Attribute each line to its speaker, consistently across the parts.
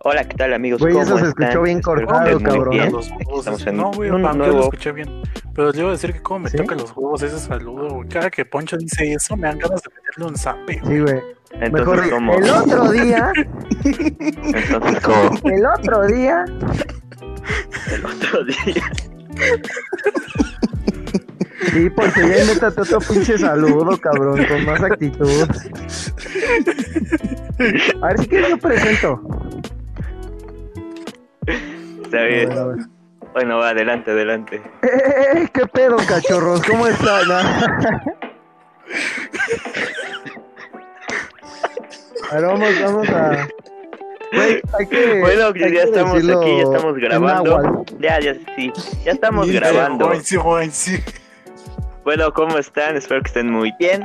Speaker 1: Hola, ¿qué tal amigos?
Speaker 2: Güey,
Speaker 1: ¿Cómo
Speaker 2: eso se escuchó
Speaker 1: están?
Speaker 2: bien
Speaker 1: Espero que
Speaker 2: cortado,
Speaker 1: estén muy
Speaker 2: cabrón.
Speaker 1: bien.
Speaker 3: Los
Speaker 1: Aquí
Speaker 3: huevos,
Speaker 1: estamos
Speaker 3: es-
Speaker 1: en
Speaker 3: no, güey,
Speaker 1: un
Speaker 3: para mí yo lo
Speaker 1: nuevo-
Speaker 3: escuché bien. Pero les iba a decir que como me
Speaker 2: ¿Sí?
Speaker 3: tocan los huevos ese saludo, güey. Cada que Poncho dice eso, me dan ganas de meterle un zape, güey.
Speaker 2: Sí, güey.
Speaker 1: Entonces,
Speaker 2: Mejor
Speaker 1: como,
Speaker 2: el otro día,
Speaker 1: entonces como
Speaker 2: el otro día.
Speaker 1: el otro día.
Speaker 2: Sí, porque ya invéntate otro pinche saludo, cabrón, con más actitud. A ver si quieres yo presento.
Speaker 1: Está
Speaker 2: A
Speaker 1: bien.
Speaker 2: ver, a ver.
Speaker 1: Bueno, va, adelante, adelante.
Speaker 2: Eh, eh, ¿Qué pedo, cachorros? ¿Cómo están? Ah. A ver, vamos, vamos a. Güey, hay que-
Speaker 1: Bueno,
Speaker 2: hay
Speaker 1: ya,
Speaker 2: que
Speaker 1: estamos
Speaker 2: decirlo
Speaker 1: aquí, ya estamos
Speaker 2: en
Speaker 1: grabando.
Speaker 2: náhuatl.
Speaker 1: Ya, ya, sí, ya estamos
Speaker 3: Dice,
Speaker 1: grabando.
Speaker 3: "Ay, sí, ay, sí".
Speaker 1: Bueno, ¿cómo están? Espero que estén muy bien.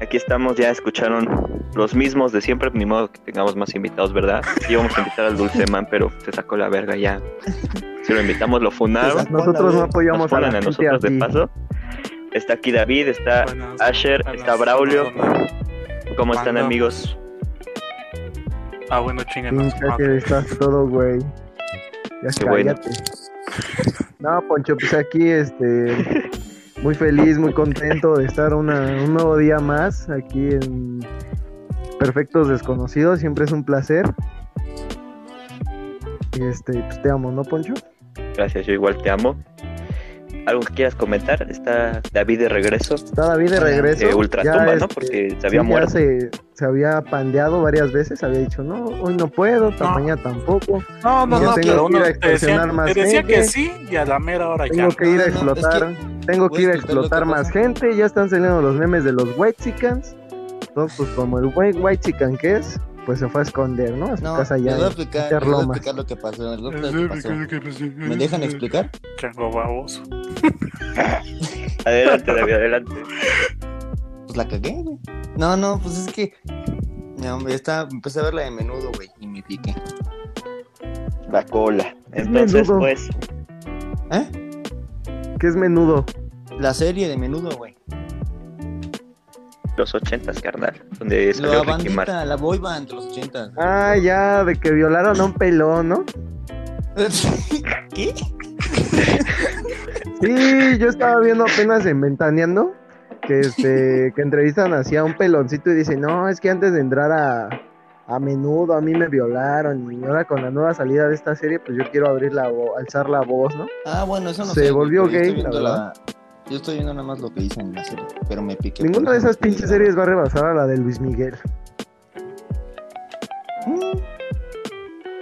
Speaker 1: Aquí estamos, ya escucharon los mismos de siempre, ni modo que tengamos más invitados, ¿verdad? Íbamos a invitar al Dulceman, pero se sacó la verga ya. Si lo invitamos, lo funaron.
Speaker 2: Pues Nosotros no
Speaker 1: Nos
Speaker 2: apoyamos Pues a la
Speaker 1: funan a
Speaker 2: gente
Speaker 1: nosotros de
Speaker 2: así.
Speaker 1: paso. Está aquí David, está
Speaker 3: Buenas-
Speaker 1: Asher,
Speaker 3: buenas-
Speaker 1: está Braulio.
Speaker 3: buenas-
Speaker 1: ¿Cómo están,
Speaker 3: Manda.
Speaker 1: amigos?
Speaker 3: Ah, bueno, chinguen. a su
Speaker 2: Pinche
Speaker 3: madre.
Speaker 2: que estás todo, güey. Ya
Speaker 1: Qué bueno.
Speaker 2: cállate. No, Poncho, pues aquí, este, muy feliz, muy contento de estar una, un nuevo día más aquí en Perfectos Desconocidos. Siempre es un placer. Y este, pues te amo, ¿no, Poncho?
Speaker 1: Gracias, yo igual te amo. ¿Algo que quieras comentar? Está David de regreso.
Speaker 2: Está David de regreso.
Speaker 1: De Ultratumba, eh, ¿no?
Speaker 2: este,
Speaker 1: Porque se
Speaker 2: sí,
Speaker 1: había
Speaker 2: ya
Speaker 1: muerto.
Speaker 2: se, se había pandeado varias veces, había dicho, no, hoy no puedo, tan
Speaker 3: No.
Speaker 2: mañana tampoco,
Speaker 3: No, no,
Speaker 2: Ya tengo
Speaker 3: no, pero
Speaker 2: que ir a
Speaker 3: uno te decía,
Speaker 2: extorsionar más
Speaker 3: te decía
Speaker 2: gente.
Speaker 3: que sí y a la mera hora ya. Eh,
Speaker 2: tengo que ir a
Speaker 4: No, no, no, es que-
Speaker 2: explotar. Tengo que
Speaker 4: ¿Puedes
Speaker 2: ir a
Speaker 4: explicar lo que
Speaker 2: explotar más
Speaker 4: pasa?
Speaker 2: gente, ya están saliendo los memes de los White Chickens. Entonces, pues como el White, white Chicken que es, pues se fue a esconder, ¿no? A su
Speaker 4: No,
Speaker 2: casa
Speaker 4: les
Speaker 2: ya.
Speaker 4: voy a
Speaker 2: en
Speaker 4: explicar, les voy a
Speaker 2: Interlomas.
Speaker 4: explicar lo que pasó, les voy a explicar lo que pasó. ¿Me dejan explicar?
Speaker 3: Chango baboso.
Speaker 1: Adelante, David, adelante.
Speaker 4: Pues la cagué, güey. No, no, pues es que. No, hombre, estaba- empecé a verla de menudo, güey, y me piqué.
Speaker 1: La cola.
Speaker 2: Es
Speaker 1: Entonces,
Speaker 2: menudo.
Speaker 1: pues,
Speaker 4: ¿Eh?
Speaker 2: Que es menudo.
Speaker 4: La serie de menudo, güey.
Speaker 1: los ochentas, carnal. Donde
Speaker 4: La
Speaker 1: salió Ricky Martin.
Speaker 4: bandita, la boy band de los 80.
Speaker 2: Ah, ya, de que violaron a un pelón, ¿no?
Speaker 4: ¿Qué?
Speaker 2: Sí, yo estaba viendo apenas en Ventaneando que este que entrevistan así a un peloncito y dice, "No, es que antes de entrar a a menudo a mí me violaron y ahora con la nueva salida de esta serie, pues yo quiero abrir la vo- alzar la voz, ¿no?"
Speaker 4: Ah, bueno, eso no
Speaker 2: Se
Speaker 4: sé, güey,
Speaker 2: volvió
Speaker 4: pero yo estoy
Speaker 2: gay, la
Speaker 4: viendo Yo estoy viendo nada más lo que dicen en la serie, pero me piqué.
Speaker 2: Ninguna
Speaker 4: por
Speaker 2: de
Speaker 4: eso
Speaker 2: esas
Speaker 4: no pude
Speaker 2: pinches
Speaker 4: grabar.
Speaker 2: series va a rebasar a la de Luis Miguel.
Speaker 4: Mm. No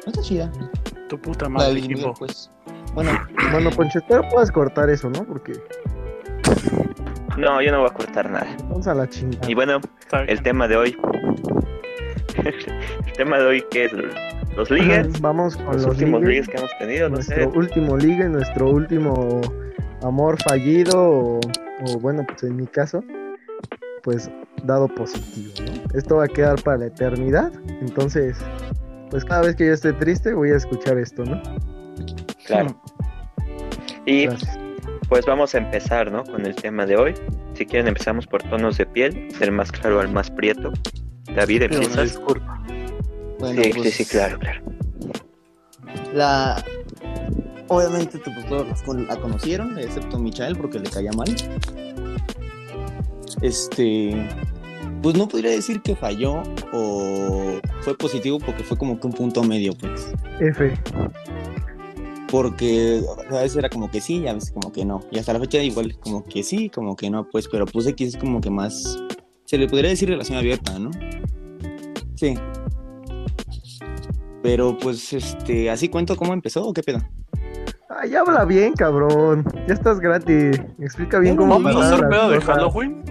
Speaker 4: está chida.
Speaker 3: Tu puta
Speaker 4: La de
Speaker 3: madre,
Speaker 4: Luis Miguel,
Speaker 3: equipo.
Speaker 4: pues. Bueno,
Speaker 2: Bueno, Poncho, espero puedas cortar eso, ¿no? Porque
Speaker 1: No, yo no voy a cortar nada.
Speaker 2: vamos a la chingada.
Speaker 1: Y bueno,
Speaker 3: Está bien.
Speaker 1: el tema de hoy. el tema de hoy, ¿qué es? Los ligues.
Speaker 2: Vamos con
Speaker 1: Los,
Speaker 2: los,
Speaker 1: últimos
Speaker 2: ligues,
Speaker 1: ligues que hemos tenido, no
Speaker 2: nuestro
Speaker 1: sé.
Speaker 2: último ligue, nuestro último amor fallido o, o bueno, pues en mi caso, pues dado positivo, ¿no? Esto va a quedar para la eternidad, entonces, pues cada vez que yo esté triste voy a escuchar esto, ¿no?
Speaker 1: Claro.
Speaker 4: Hmm.
Speaker 1: Y
Speaker 2: Gracias.
Speaker 1: pues vamos a empezar, ¿no? Con el tema de hoy. Si quieren, empezamos por tonos de piel, del más claro al más prieto. David,
Speaker 3: Pido una
Speaker 1: ¿empiezas?
Speaker 3: disculpa.
Speaker 4: bueno,
Speaker 1: Sí, sí,
Speaker 4: pues,
Speaker 1: sí, claro, claro.
Speaker 4: La... Obviamente tú, pues, todos los con- la conocieron, excepto Michael, porque le caía mal. Este... Pues no podría decir que falló o fue positivo porque fue como que un punto medio, pues.
Speaker 2: F.
Speaker 4: Porque a veces era como que sí y a veces como que no. Y hasta la fecha igual como que sí, como que no, pues. Pero pues X es como que más... Se le podría decir relación abierta, ¿no? Sí. Pero pues este... ¿Así cuento cómo empezó o qué pedo?
Speaker 2: Ay, habla bien, cabrón. Ya estás gratis. Explica bien
Speaker 4: No,
Speaker 2: cómo
Speaker 3: Uh, ¿Vamos a
Speaker 2: pasaron
Speaker 3: hacer
Speaker 2: las
Speaker 3: pedo de
Speaker 2: cosas.
Speaker 3: Halloween?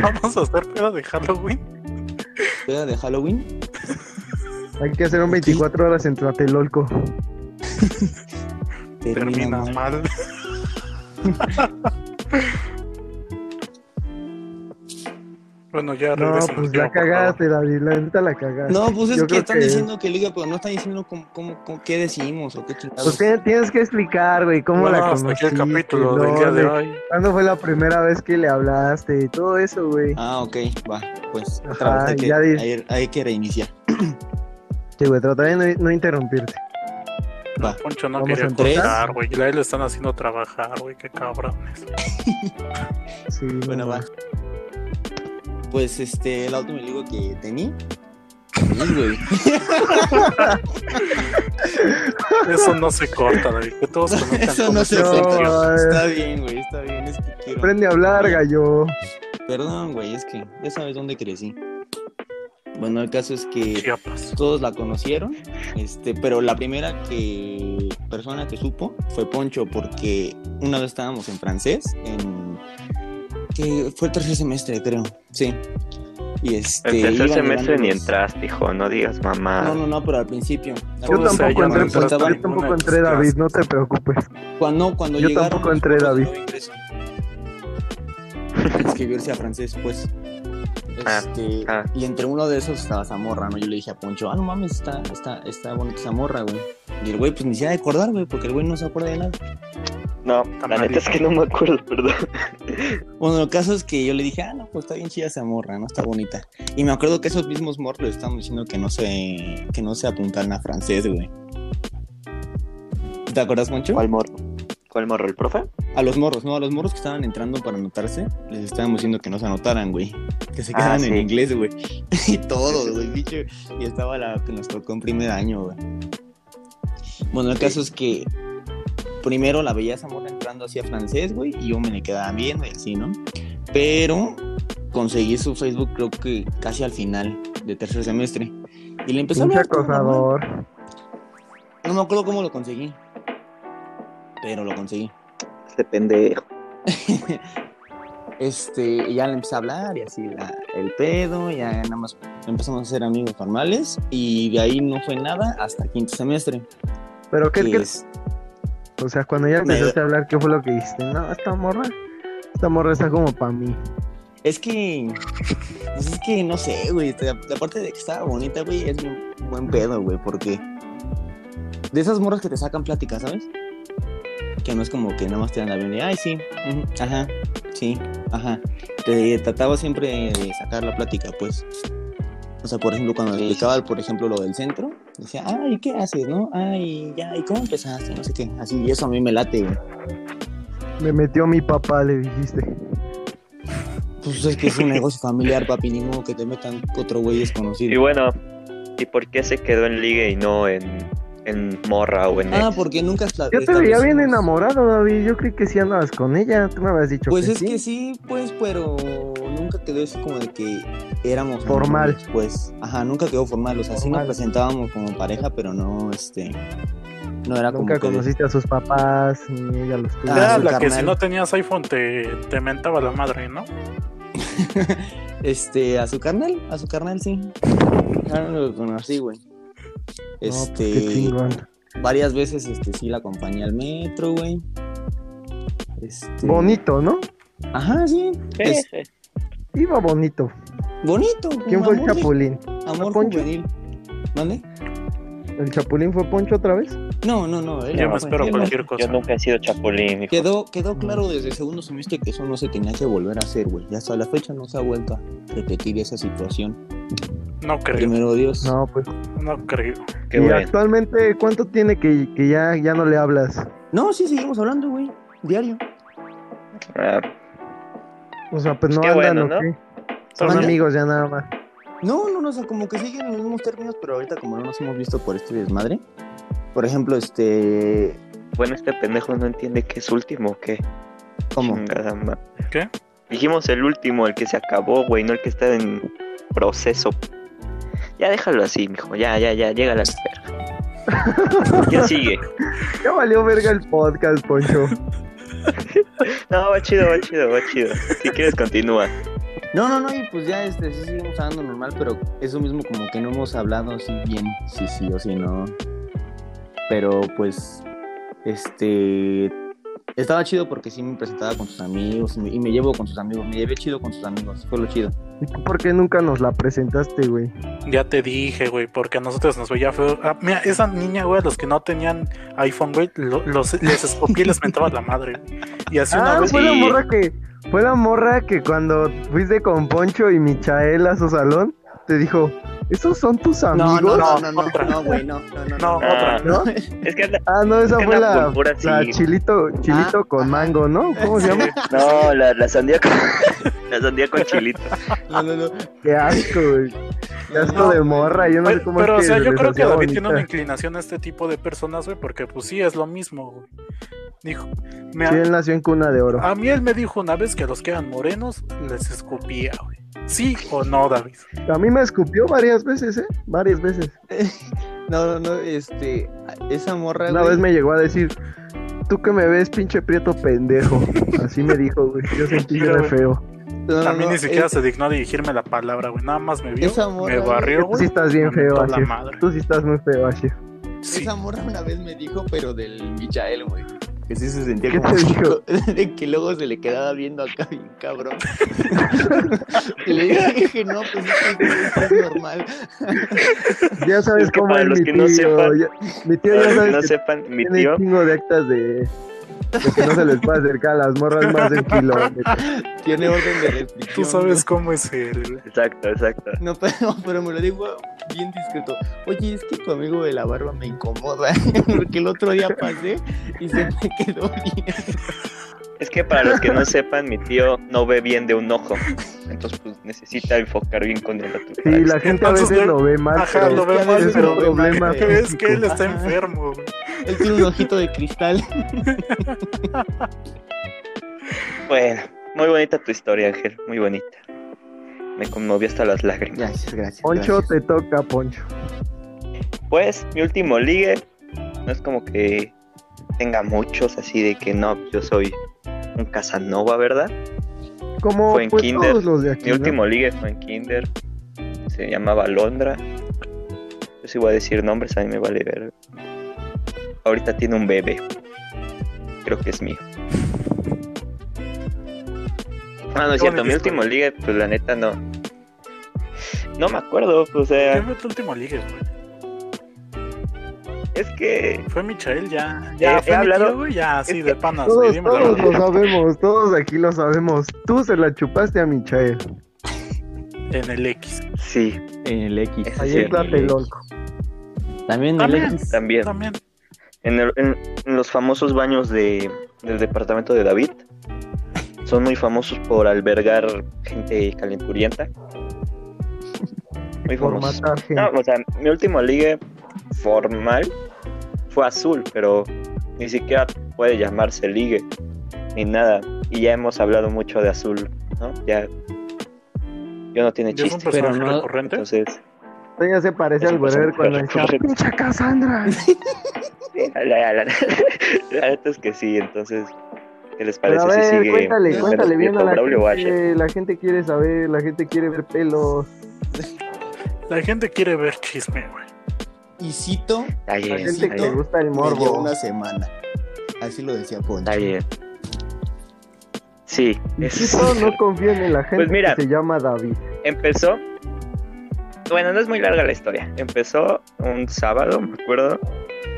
Speaker 3: ¿Vamos a hacer pedo de Halloween?
Speaker 4: peda de Halloween.
Speaker 2: Hay que hacer un
Speaker 4: Ok.
Speaker 2: 24 horas en Tlatelolco.
Speaker 3: Termina
Speaker 4: mal.
Speaker 3: mal. bueno, ya
Speaker 2: No,
Speaker 3: regresen al
Speaker 2: pues
Speaker 3: tema,
Speaker 2: la
Speaker 3: por favor.
Speaker 2: cagaste, David. La neta la cagaste.
Speaker 4: No, pues es
Speaker 2: Yo
Speaker 4: que
Speaker 2: creo
Speaker 4: están
Speaker 2: que-
Speaker 4: diciendo que liga, pero no están diciendo cómo, cómo, cómo- qué decimos o qué chingados.
Speaker 2: Pues tienes, tienes que explicar, güey, cómo
Speaker 3: Bueno,
Speaker 2: la
Speaker 3: hasta aquí
Speaker 2: conociste.
Speaker 3: el capítulo del día
Speaker 2: dónde,
Speaker 3: de hoy.
Speaker 2: ¿Cuándo fue la primera vez que le hablaste? y Todo eso, güey.
Speaker 4: Ah, ok, va, pues
Speaker 2: Ajá,
Speaker 4: otra vez hay que,
Speaker 2: ya di-
Speaker 4: hay, hay que reiniciar.
Speaker 2: Sí, güey, trataré de no, no interrumpirte.
Speaker 4: Va.
Speaker 3: Poncho no
Speaker 2: Vamos
Speaker 3: quería
Speaker 2: en tres.
Speaker 3: cortar, güey. Y ahí lo están haciendo trabajar, güey. Qué cabrones.
Speaker 2: Sí, no,
Speaker 4: Bueno, va.
Speaker 2: güey.
Speaker 4: Pues este, el auto me digo que tenía. Sí, güey.
Speaker 3: Eso no se corta, David. Que todos conozcan
Speaker 4: Eso
Speaker 3: cómo
Speaker 4: no
Speaker 3: es
Speaker 4: se
Speaker 3: el
Speaker 2: No,
Speaker 4: corta.
Speaker 3: sitio.
Speaker 2: güey.
Speaker 4: Está bien, güey, está bien. Es que quiero.
Speaker 2: eh, Aprende a hablar, gallo.
Speaker 4: Perdón, güey, es que ya sabes dónde crecí. Bueno, el caso es que
Speaker 3: Chiapas.
Speaker 4: todos la conocieron, este, pero la primera que persona que supo fue Poncho, porque una vez estábamos en francés, en que fue el tercer semestre, creo, sí. Y este.
Speaker 1: En tercer
Speaker 4: iban
Speaker 1: semestre
Speaker 4: llegando
Speaker 1: ni
Speaker 4: los-
Speaker 1: entraste, hijo, no digas mamá.
Speaker 4: pues. No, no, no, pero al principio.
Speaker 2: Yo
Speaker 3: Todos
Speaker 2: tampoco
Speaker 3: ellos
Speaker 2: entré,
Speaker 3: no
Speaker 2: pues,
Speaker 3: estaban
Speaker 2: yo
Speaker 3: en ninguna
Speaker 2: tampoco
Speaker 3: de
Speaker 2: entré,
Speaker 3: tus
Speaker 2: David,
Speaker 3: clases.
Speaker 2: no te preocupes.
Speaker 4: Cuando, cuando
Speaker 2: Yo
Speaker 4: llegaron,
Speaker 2: tampoco entré,
Speaker 4: pues,
Speaker 2: David.
Speaker 4: no ingresó. Escribirse a francés, pues.
Speaker 1: Ah,
Speaker 4: Este,
Speaker 1: ah.
Speaker 4: Y entre uno de esos estaba Zamorra, ¿no? Yo le dije a Poncho, ah, no mames, está, está, está bonita Zamorra, güey. Y el güey, pues ni se ha de acordar, güey, porque el güey no se acuerda de nada.
Speaker 1: No, la
Speaker 3: Tamalito.
Speaker 1: neta es que no me acuerdo, perdón.
Speaker 4: Bueno, el caso es que yo le dije, ah, no, pues está bien chida Zamorra, ¿no? Está bonita. Y me acuerdo que esos mismos morros le estaban diciendo que no se, que no se apuntaran a francés, güey. ¿Te acuerdas, Poncho?
Speaker 1: ¿Cuál morro? ¿Cuál morro? ¿El profe?
Speaker 4: A los morros, no, a los morros que estaban entrando para anotarse, les estábamos diciendo que no se anotaran, güey. Que se
Speaker 1: Ah,
Speaker 4: quedaran en
Speaker 1: sí.
Speaker 4: inglés, güey. Y todo, güey, bicho. Y estaba la que nos tocó en primer año, güey. Bueno, el caso es que primero la veía a Zamora entrando hacia francés, güey, y yo me le quedaba viendo y así, ¿no? Pero conseguí su Facebook, creo que casi al final de tercer semestre. Y le empecé a
Speaker 2: Pinche
Speaker 4: hablar, todo normal.
Speaker 2: acosador.
Speaker 4: No me acuerdo cómo lo conseguí. Pero lo conseguí.
Speaker 1: Este pendejo.
Speaker 4: Este, y ya le empecé a hablar y así la- el pedo, ya nada más empezamos a ser amigos formales y de ahí no fue nada hasta quinto semestre.
Speaker 2: Pero qué,
Speaker 4: que
Speaker 2: qué-
Speaker 4: es-
Speaker 2: o sea, cuando ya
Speaker 4: Me-
Speaker 2: empezaste a hablar, ¿qué fue lo que dijiste? No, esta morra, esta morra está como para mí.
Speaker 4: Es que, pues es que no sé, güey, te- aparte de que estaba bonita, güey, es un buen pedo, güey, porque de esas morras que te sacan plática, ¿sabes? Que no es como que nada más te dan la bien de, ay, sí, ujú, ajá, sí, ajá. Te trataba siempre de sacar la plática, pues. O sea, por ejemplo, cuando explicaba, por ejemplo, lo del centro, decía, ay, ¿qué haces, no? Ay, ya, ¿y cómo empezaste? No sé qué. Así, y eso a mí me late, güey.
Speaker 2: Me metió mi papá, le dijiste.
Speaker 4: Pues es que es un negocio familiar, papi, ni modo que te metan otro güey desconocido.
Speaker 1: Y bueno, ¿y por qué se quedó en liga y no en, en morra o en
Speaker 4: Ah,
Speaker 1: ex?
Speaker 4: porque nunca esla-
Speaker 2: Yo te veía bien
Speaker 4: establecimos-
Speaker 2: enamorado, David. Yo creí que sí andabas con ella. Tú me habías dicho
Speaker 4: Pues
Speaker 2: que
Speaker 4: es
Speaker 2: sí.
Speaker 4: que sí, pues, pero nunca quedó eso como de que éramos
Speaker 2: Formal.
Speaker 4: amigos, Pues, ajá, nunca quedó formal. O sea, sí nos
Speaker 2: Formal.
Speaker 4: presentábamos como pareja, pero no, este, no era como
Speaker 2: Nunca
Speaker 4: que...
Speaker 2: conociste a sus papás, ni ella a los tuyos.
Speaker 4: Ah,
Speaker 3: Era
Speaker 4: su
Speaker 3: la que
Speaker 4: carnal.
Speaker 3: si no tenías iPhone te, te mentaba la madre, ¿no?
Speaker 4: Este, a su carnal, a su carnal sí. Ah, no lo conocí, güey.
Speaker 2: No, pues,
Speaker 4: Este,
Speaker 2: qué chingón.
Speaker 4: varias veces, este, sí la acompañé al metro, güey. Este,
Speaker 2: Bonito, ¿no?
Speaker 4: Ajá, sí. es-
Speaker 2: Iba bonito.
Speaker 4: bonito.
Speaker 2: ¿Quién
Speaker 4: un
Speaker 2: fue el
Speaker 4: amor de-
Speaker 2: chapulín?
Speaker 4: Amor
Speaker 2: Poncho?
Speaker 4: juvenil. ¿Mande?
Speaker 2: ¿El chapulín fue Poncho otra vez?
Speaker 4: No, no, no. él
Speaker 3: Yo
Speaker 4: no
Speaker 3: me
Speaker 4: fue.
Speaker 3: espero
Speaker 4: Él no-
Speaker 3: cualquier cosa.
Speaker 1: Yo nunca he sido chapulín, hijo.
Speaker 4: Quedó, quedó claro desde el segundo semestre que eso no se tenía que volver a hacer, güey. Y hasta la fecha no se ha vuelto a repetir esa situación.
Speaker 3: No creo,
Speaker 4: Primero Dios.
Speaker 2: No, pues.
Speaker 3: no creo.
Speaker 1: Qué
Speaker 2: y
Speaker 1: bueno.
Speaker 2: actualmente, ¿cuánto tiene que, que ya, ya no le hablas?
Speaker 4: No, sí, seguimos hablando, güey. Diario.
Speaker 1: Ah,
Speaker 2: O sea, pues no
Speaker 1: qué
Speaker 2: andan,
Speaker 1: bueno,
Speaker 2: ¿o
Speaker 1: ¿no?
Speaker 2: qué? Son
Speaker 4: ¿Mande?
Speaker 3: Solamente-
Speaker 2: amigos ya nada más.
Speaker 4: No, no, no, o sea, como que siguen en los mismos términos, pero ahorita como no nos hemos visto por este desmadre. Por ejemplo, este...
Speaker 1: bueno, este pendejo no entiende que es último o qué.
Speaker 4: ¿Cómo?
Speaker 1: Chingada ma-
Speaker 3: ¿Qué?
Speaker 1: Dijimos el último, el que se acabó, güey, no el que está en proceso. Ya déjalo así, mijo. Ya, ya, ya, llega la verga. ¿Quién sigue?
Speaker 2: Ya valió verga el podcast, Poncho.
Speaker 1: No, va chido, va chido, va chido. Si quieres, continúa.
Speaker 4: No, no, no, y pues ya este, sí seguimos hablando normal, pero eso mismo como que no hemos hablado así bien, sí, sí o sí, no. Pero pues, este, estaba chido porque sí me presentaba con sus amigos y me- y me llevo con sus amigos, me llevé chido con sus amigos, fue lo chido.
Speaker 2: ¿Y tú por qué nunca nos la presentaste, güey?
Speaker 3: Ya te dije, güey, porque a nosotros nos veía feo. Ah, mira, esa niña, güey, a los que no tenían iPhone, güey, lo- los, les escupí y les mentaba la madre. güey. Y así una
Speaker 2: Ah,
Speaker 3: vez.
Speaker 2: fue la
Speaker 1: sí.
Speaker 2: morra que. Fue la morra que cuando fuiste con Poncho y Michael a su salón, te dijo: ¿Esos son tus
Speaker 4: No,
Speaker 2: amigos?
Speaker 4: no, no,
Speaker 3: amigos?
Speaker 4: no, no,
Speaker 3: Otra.
Speaker 4: no, güey, no, no, no.
Speaker 3: No, otra.
Speaker 2: Ah, ¿No?
Speaker 1: Es que la-
Speaker 2: Ah, no, esa
Speaker 1: Es
Speaker 2: fue
Speaker 1: una
Speaker 2: la,
Speaker 1: pulpura así.
Speaker 2: la chilito, chilito
Speaker 4: Ah,
Speaker 2: con
Speaker 4: ajá.
Speaker 2: mango, ¿no? ¿Cómo se llama?
Speaker 1: no, la, la sandía con, la sandía con chilito.
Speaker 4: No, no, no.
Speaker 2: Qué asco, güey. Qué asco
Speaker 3: No,
Speaker 2: de morra, yo no
Speaker 3: Pero,
Speaker 2: sé cómo es
Speaker 3: pero, o sea,
Speaker 2: se
Speaker 3: yo
Speaker 2: les
Speaker 3: creo que
Speaker 2: hacía
Speaker 3: David tiene una
Speaker 2: bonita.
Speaker 3: inclinación a este tipo de personas, güey, porque pues sí, es lo mismo, güey. Dijo, me-
Speaker 2: Sí, él nació en cuna de oro.
Speaker 3: a mí él me dijo una vez que a los que eran morenos les escupía, güey. ¿Sí o no, David?
Speaker 2: A mí me escupió varias veces, ¿eh? Varias veces.
Speaker 4: No, no, no, este, esa morra,
Speaker 2: Una
Speaker 4: güey.
Speaker 2: vez me llegó a decir, tú que me ves, pinche prieto pendejo. Así me dijo, güey. Yo sentí
Speaker 3: Mira,
Speaker 2: bien
Speaker 3: güey.
Speaker 2: feo.
Speaker 4: No, no,
Speaker 3: A mí
Speaker 4: no,
Speaker 3: ni siquiera
Speaker 4: es-
Speaker 3: se dignó a dirigirme la palabra, güey. Nada más me vio,
Speaker 4: Esa morra,
Speaker 3: me
Speaker 4: güey.
Speaker 3: barrió,
Speaker 2: Tú sí
Speaker 3: güey.
Speaker 2: estás
Speaker 3: me
Speaker 2: bien feo,
Speaker 3: mentó la
Speaker 2: así.
Speaker 3: madre.
Speaker 2: Tú sí estás muy feo, así.
Speaker 3: Sí.
Speaker 4: Esa morra una vez me dijo, pero del Michael, güey. Que sí se sentía
Speaker 2: ¿Qué
Speaker 4: como
Speaker 2: te
Speaker 4: chico. De que luego se le quedaba viendo acá bien cabrón. y le dije, no, pues es que esto es normal.
Speaker 2: Ya sabes
Speaker 1: Es que
Speaker 2: cómo
Speaker 1: para
Speaker 2: es
Speaker 1: los
Speaker 2: mi
Speaker 1: que
Speaker 2: tío.
Speaker 1: no sepan-
Speaker 2: ya- mi tío
Speaker 1: Para
Speaker 2: ya
Speaker 1: los que
Speaker 2: sabes
Speaker 1: no
Speaker 2: que
Speaker 1: sepan, mi
Speaker 2: tiene
Speaker 1: tío
Speaker 2: un chingo de actas de... de que no se les puede acercar a las morras más de un kilómetro.
Speaker 4: Tiene orden de restricción.
Speaker 3: Tú sabes cómo es él.
Speaker 1: Exacto, exacto.
Speaker 4: No, pero, pero me lo digo bien discreto. Oye, es que tu amigo de la barba me incomoda. Porque el otro día pasé y se me quedó bien.
Speaker 1: Es que para los que no sepan, mi tío no ve bien de un ojo. Entonces, pues necesita enfocar bien con el otro.
Speaker 2: Sí, la gente a
Speaker 3: Entonces,
Speaker 2: veces
Speaker 3: yo-
Speaker 2: lo ve mal,
Speaker 3: Ajá,
Speaker 2: pero
Speaker 3: lo ve
Speaker 4: Es que a
Speaker 3: mal,
Speaker 4: veces
Speaker 3: pero-
Speaker 4: lo ve mal,
Speaker 2: problema.
Speaker 4: güey.
Speaker 3: Es que él está
Speaker 4: Ajá.
Speaker 3: enfermo, güey.
Speaker 4: eh. Él tiene un ojito de cristal.
Speaker 1: Bueno, muy bonita tu historia, Ángel. Muy bonita. Me conmovió hasta las lágrimas.
Speaker 4: Gracias, gracias.
Speaker 2: Poncho,
Speaker 4: gracias.
Speaker 2: te toca, Poncho.
Speaker 1: Pues, mi último ligue no es como que tenga muchos así de que no, yo soy un Casanova, ¿verdad?
Speaker 2: Como
Speaker 1: Fue en
Speaker 2: pues,
Speaker 1: kinder.
Speaker 2: todos los de aquí.
Speaker 1: Mi
Speaker 2: ¿no?
Speaker 1: último ligue fue en Kinder. Se llamaba Londra. Yo sí voy a decir nombres, a mí me vale ver. Ahorita tiene un bebé. Creo que es mío. Ah, no es
Speaker 3: Qué
Speaker 1: cierto. Mi
Speaker 3: bonita
Speaker 1: último
Speaker 3: historia.
Speaker 1: ligue, pues la neta no. No me acuerdo, o
Speaker 3: ¿Qué
Speaker 1: sea,
Speaker 3: fue tu último ligue, güey?
Speaker 1: es que.
Speaker 3: Fue Michael, ya.
Speaker 1: He-
Speaker 3: Ya,
Speaker 1: Eh, he
Speaker 3: fue mi
Speaker 1: hablado-
Speaker 3: tío, güey, ya, así
Speaker 1: es
Speaker 3: de
Speaker 1: que
Speaker 3: panas, güey.
Speaker 2: Todos,
Speaker 3: Dime la
Speaker 2: todos
Speaker 3: verdad.
Speaker 2: lo sabemos, todos aquí lo sabemos. Tú se la chupaste a Michael.
Speaker 3: En el X.
Speaker 1: Sí,
Speaker 4: En el X.
Speaker 1: Ese
Speaker 2: Ahí
Speaker 1: Ayer
Speaker 2: en Tlatelolco.
Speaker 4: También en el
Speaker 3: También,
Speaker 4: X.
Speaker 1: también.
Speaker 3: también.
Speaker 1: En, el- en- en los famosos baños de, del departamento de David. Son muy famosos por albergar gente calenturienta. Muy
Speaker 2: Por
Speaker 1: famosos.
Speaker 2: matar gente.
Speaker 1: No, o sea, mi último ligue formal fue azul, pero ni siquiera puede llamarse ligue ni nada. Y ya hemos hablado mucho de azul, ¿no? Ya. Yo no tiene
Speaker 3: Ya es un
Speaker 1: chiste.
Speaker 3: personaje
Speaker 4: no-
Speaker 3: recurrente.
Speaker 1: Entonces,
Speaker 2: Tú ya se parece
Speaker 1: Es
Speaker 2: al
Speaker 1: un
Speaker 2: Berer
Speaker 1: personaje
Speaker 2: cuando decía,
Speaker 1: recurrente.
Speaker 2: pincha Cassandra.
Speaker 1: la, la, la- la neta es que sí, entonces, ¿qué les
Speaker 2: Pero
Speaker 1: parece
Speaker 2: a
Speaker 1: si
Speaker 2: ver,
Speaker 1: sigue?
Speaker 2: cuéntale,
Speaker 1: Homero
Speaker 2: cuéntale bien
Speaker 1: Prieto,
Speaker 2: a la
Speaker 1: Braulio Washer?
Speaker 2: gente. La gente quiere saber, la gente quiere ver pelos.
Speaker 3: La gente quiere ver chisme, güey.
Speaker 4: Y cito
Speaker 1: Está
Speaker 2: La
Speaker 1: bien,
Speaker 2: gente
Speaker 1: está
Speaker 2: que le
Speaker 1: bien,
Speaker 2: gusta el
Speaker 4: me dio
Speaker 2: morbo.
Speaker 4: una semana. Así lo decía Poncho.
Speaker 1: está bien. Sí, eso es-
Speaker 2: Chico, no confíen en la gente
Speaker 1: Pues mira.
Speaker 2: que se llama David.
Speaker 1: empezó. Bueno, no es muy larga la historia. Empezó un sábado, me acuerdo,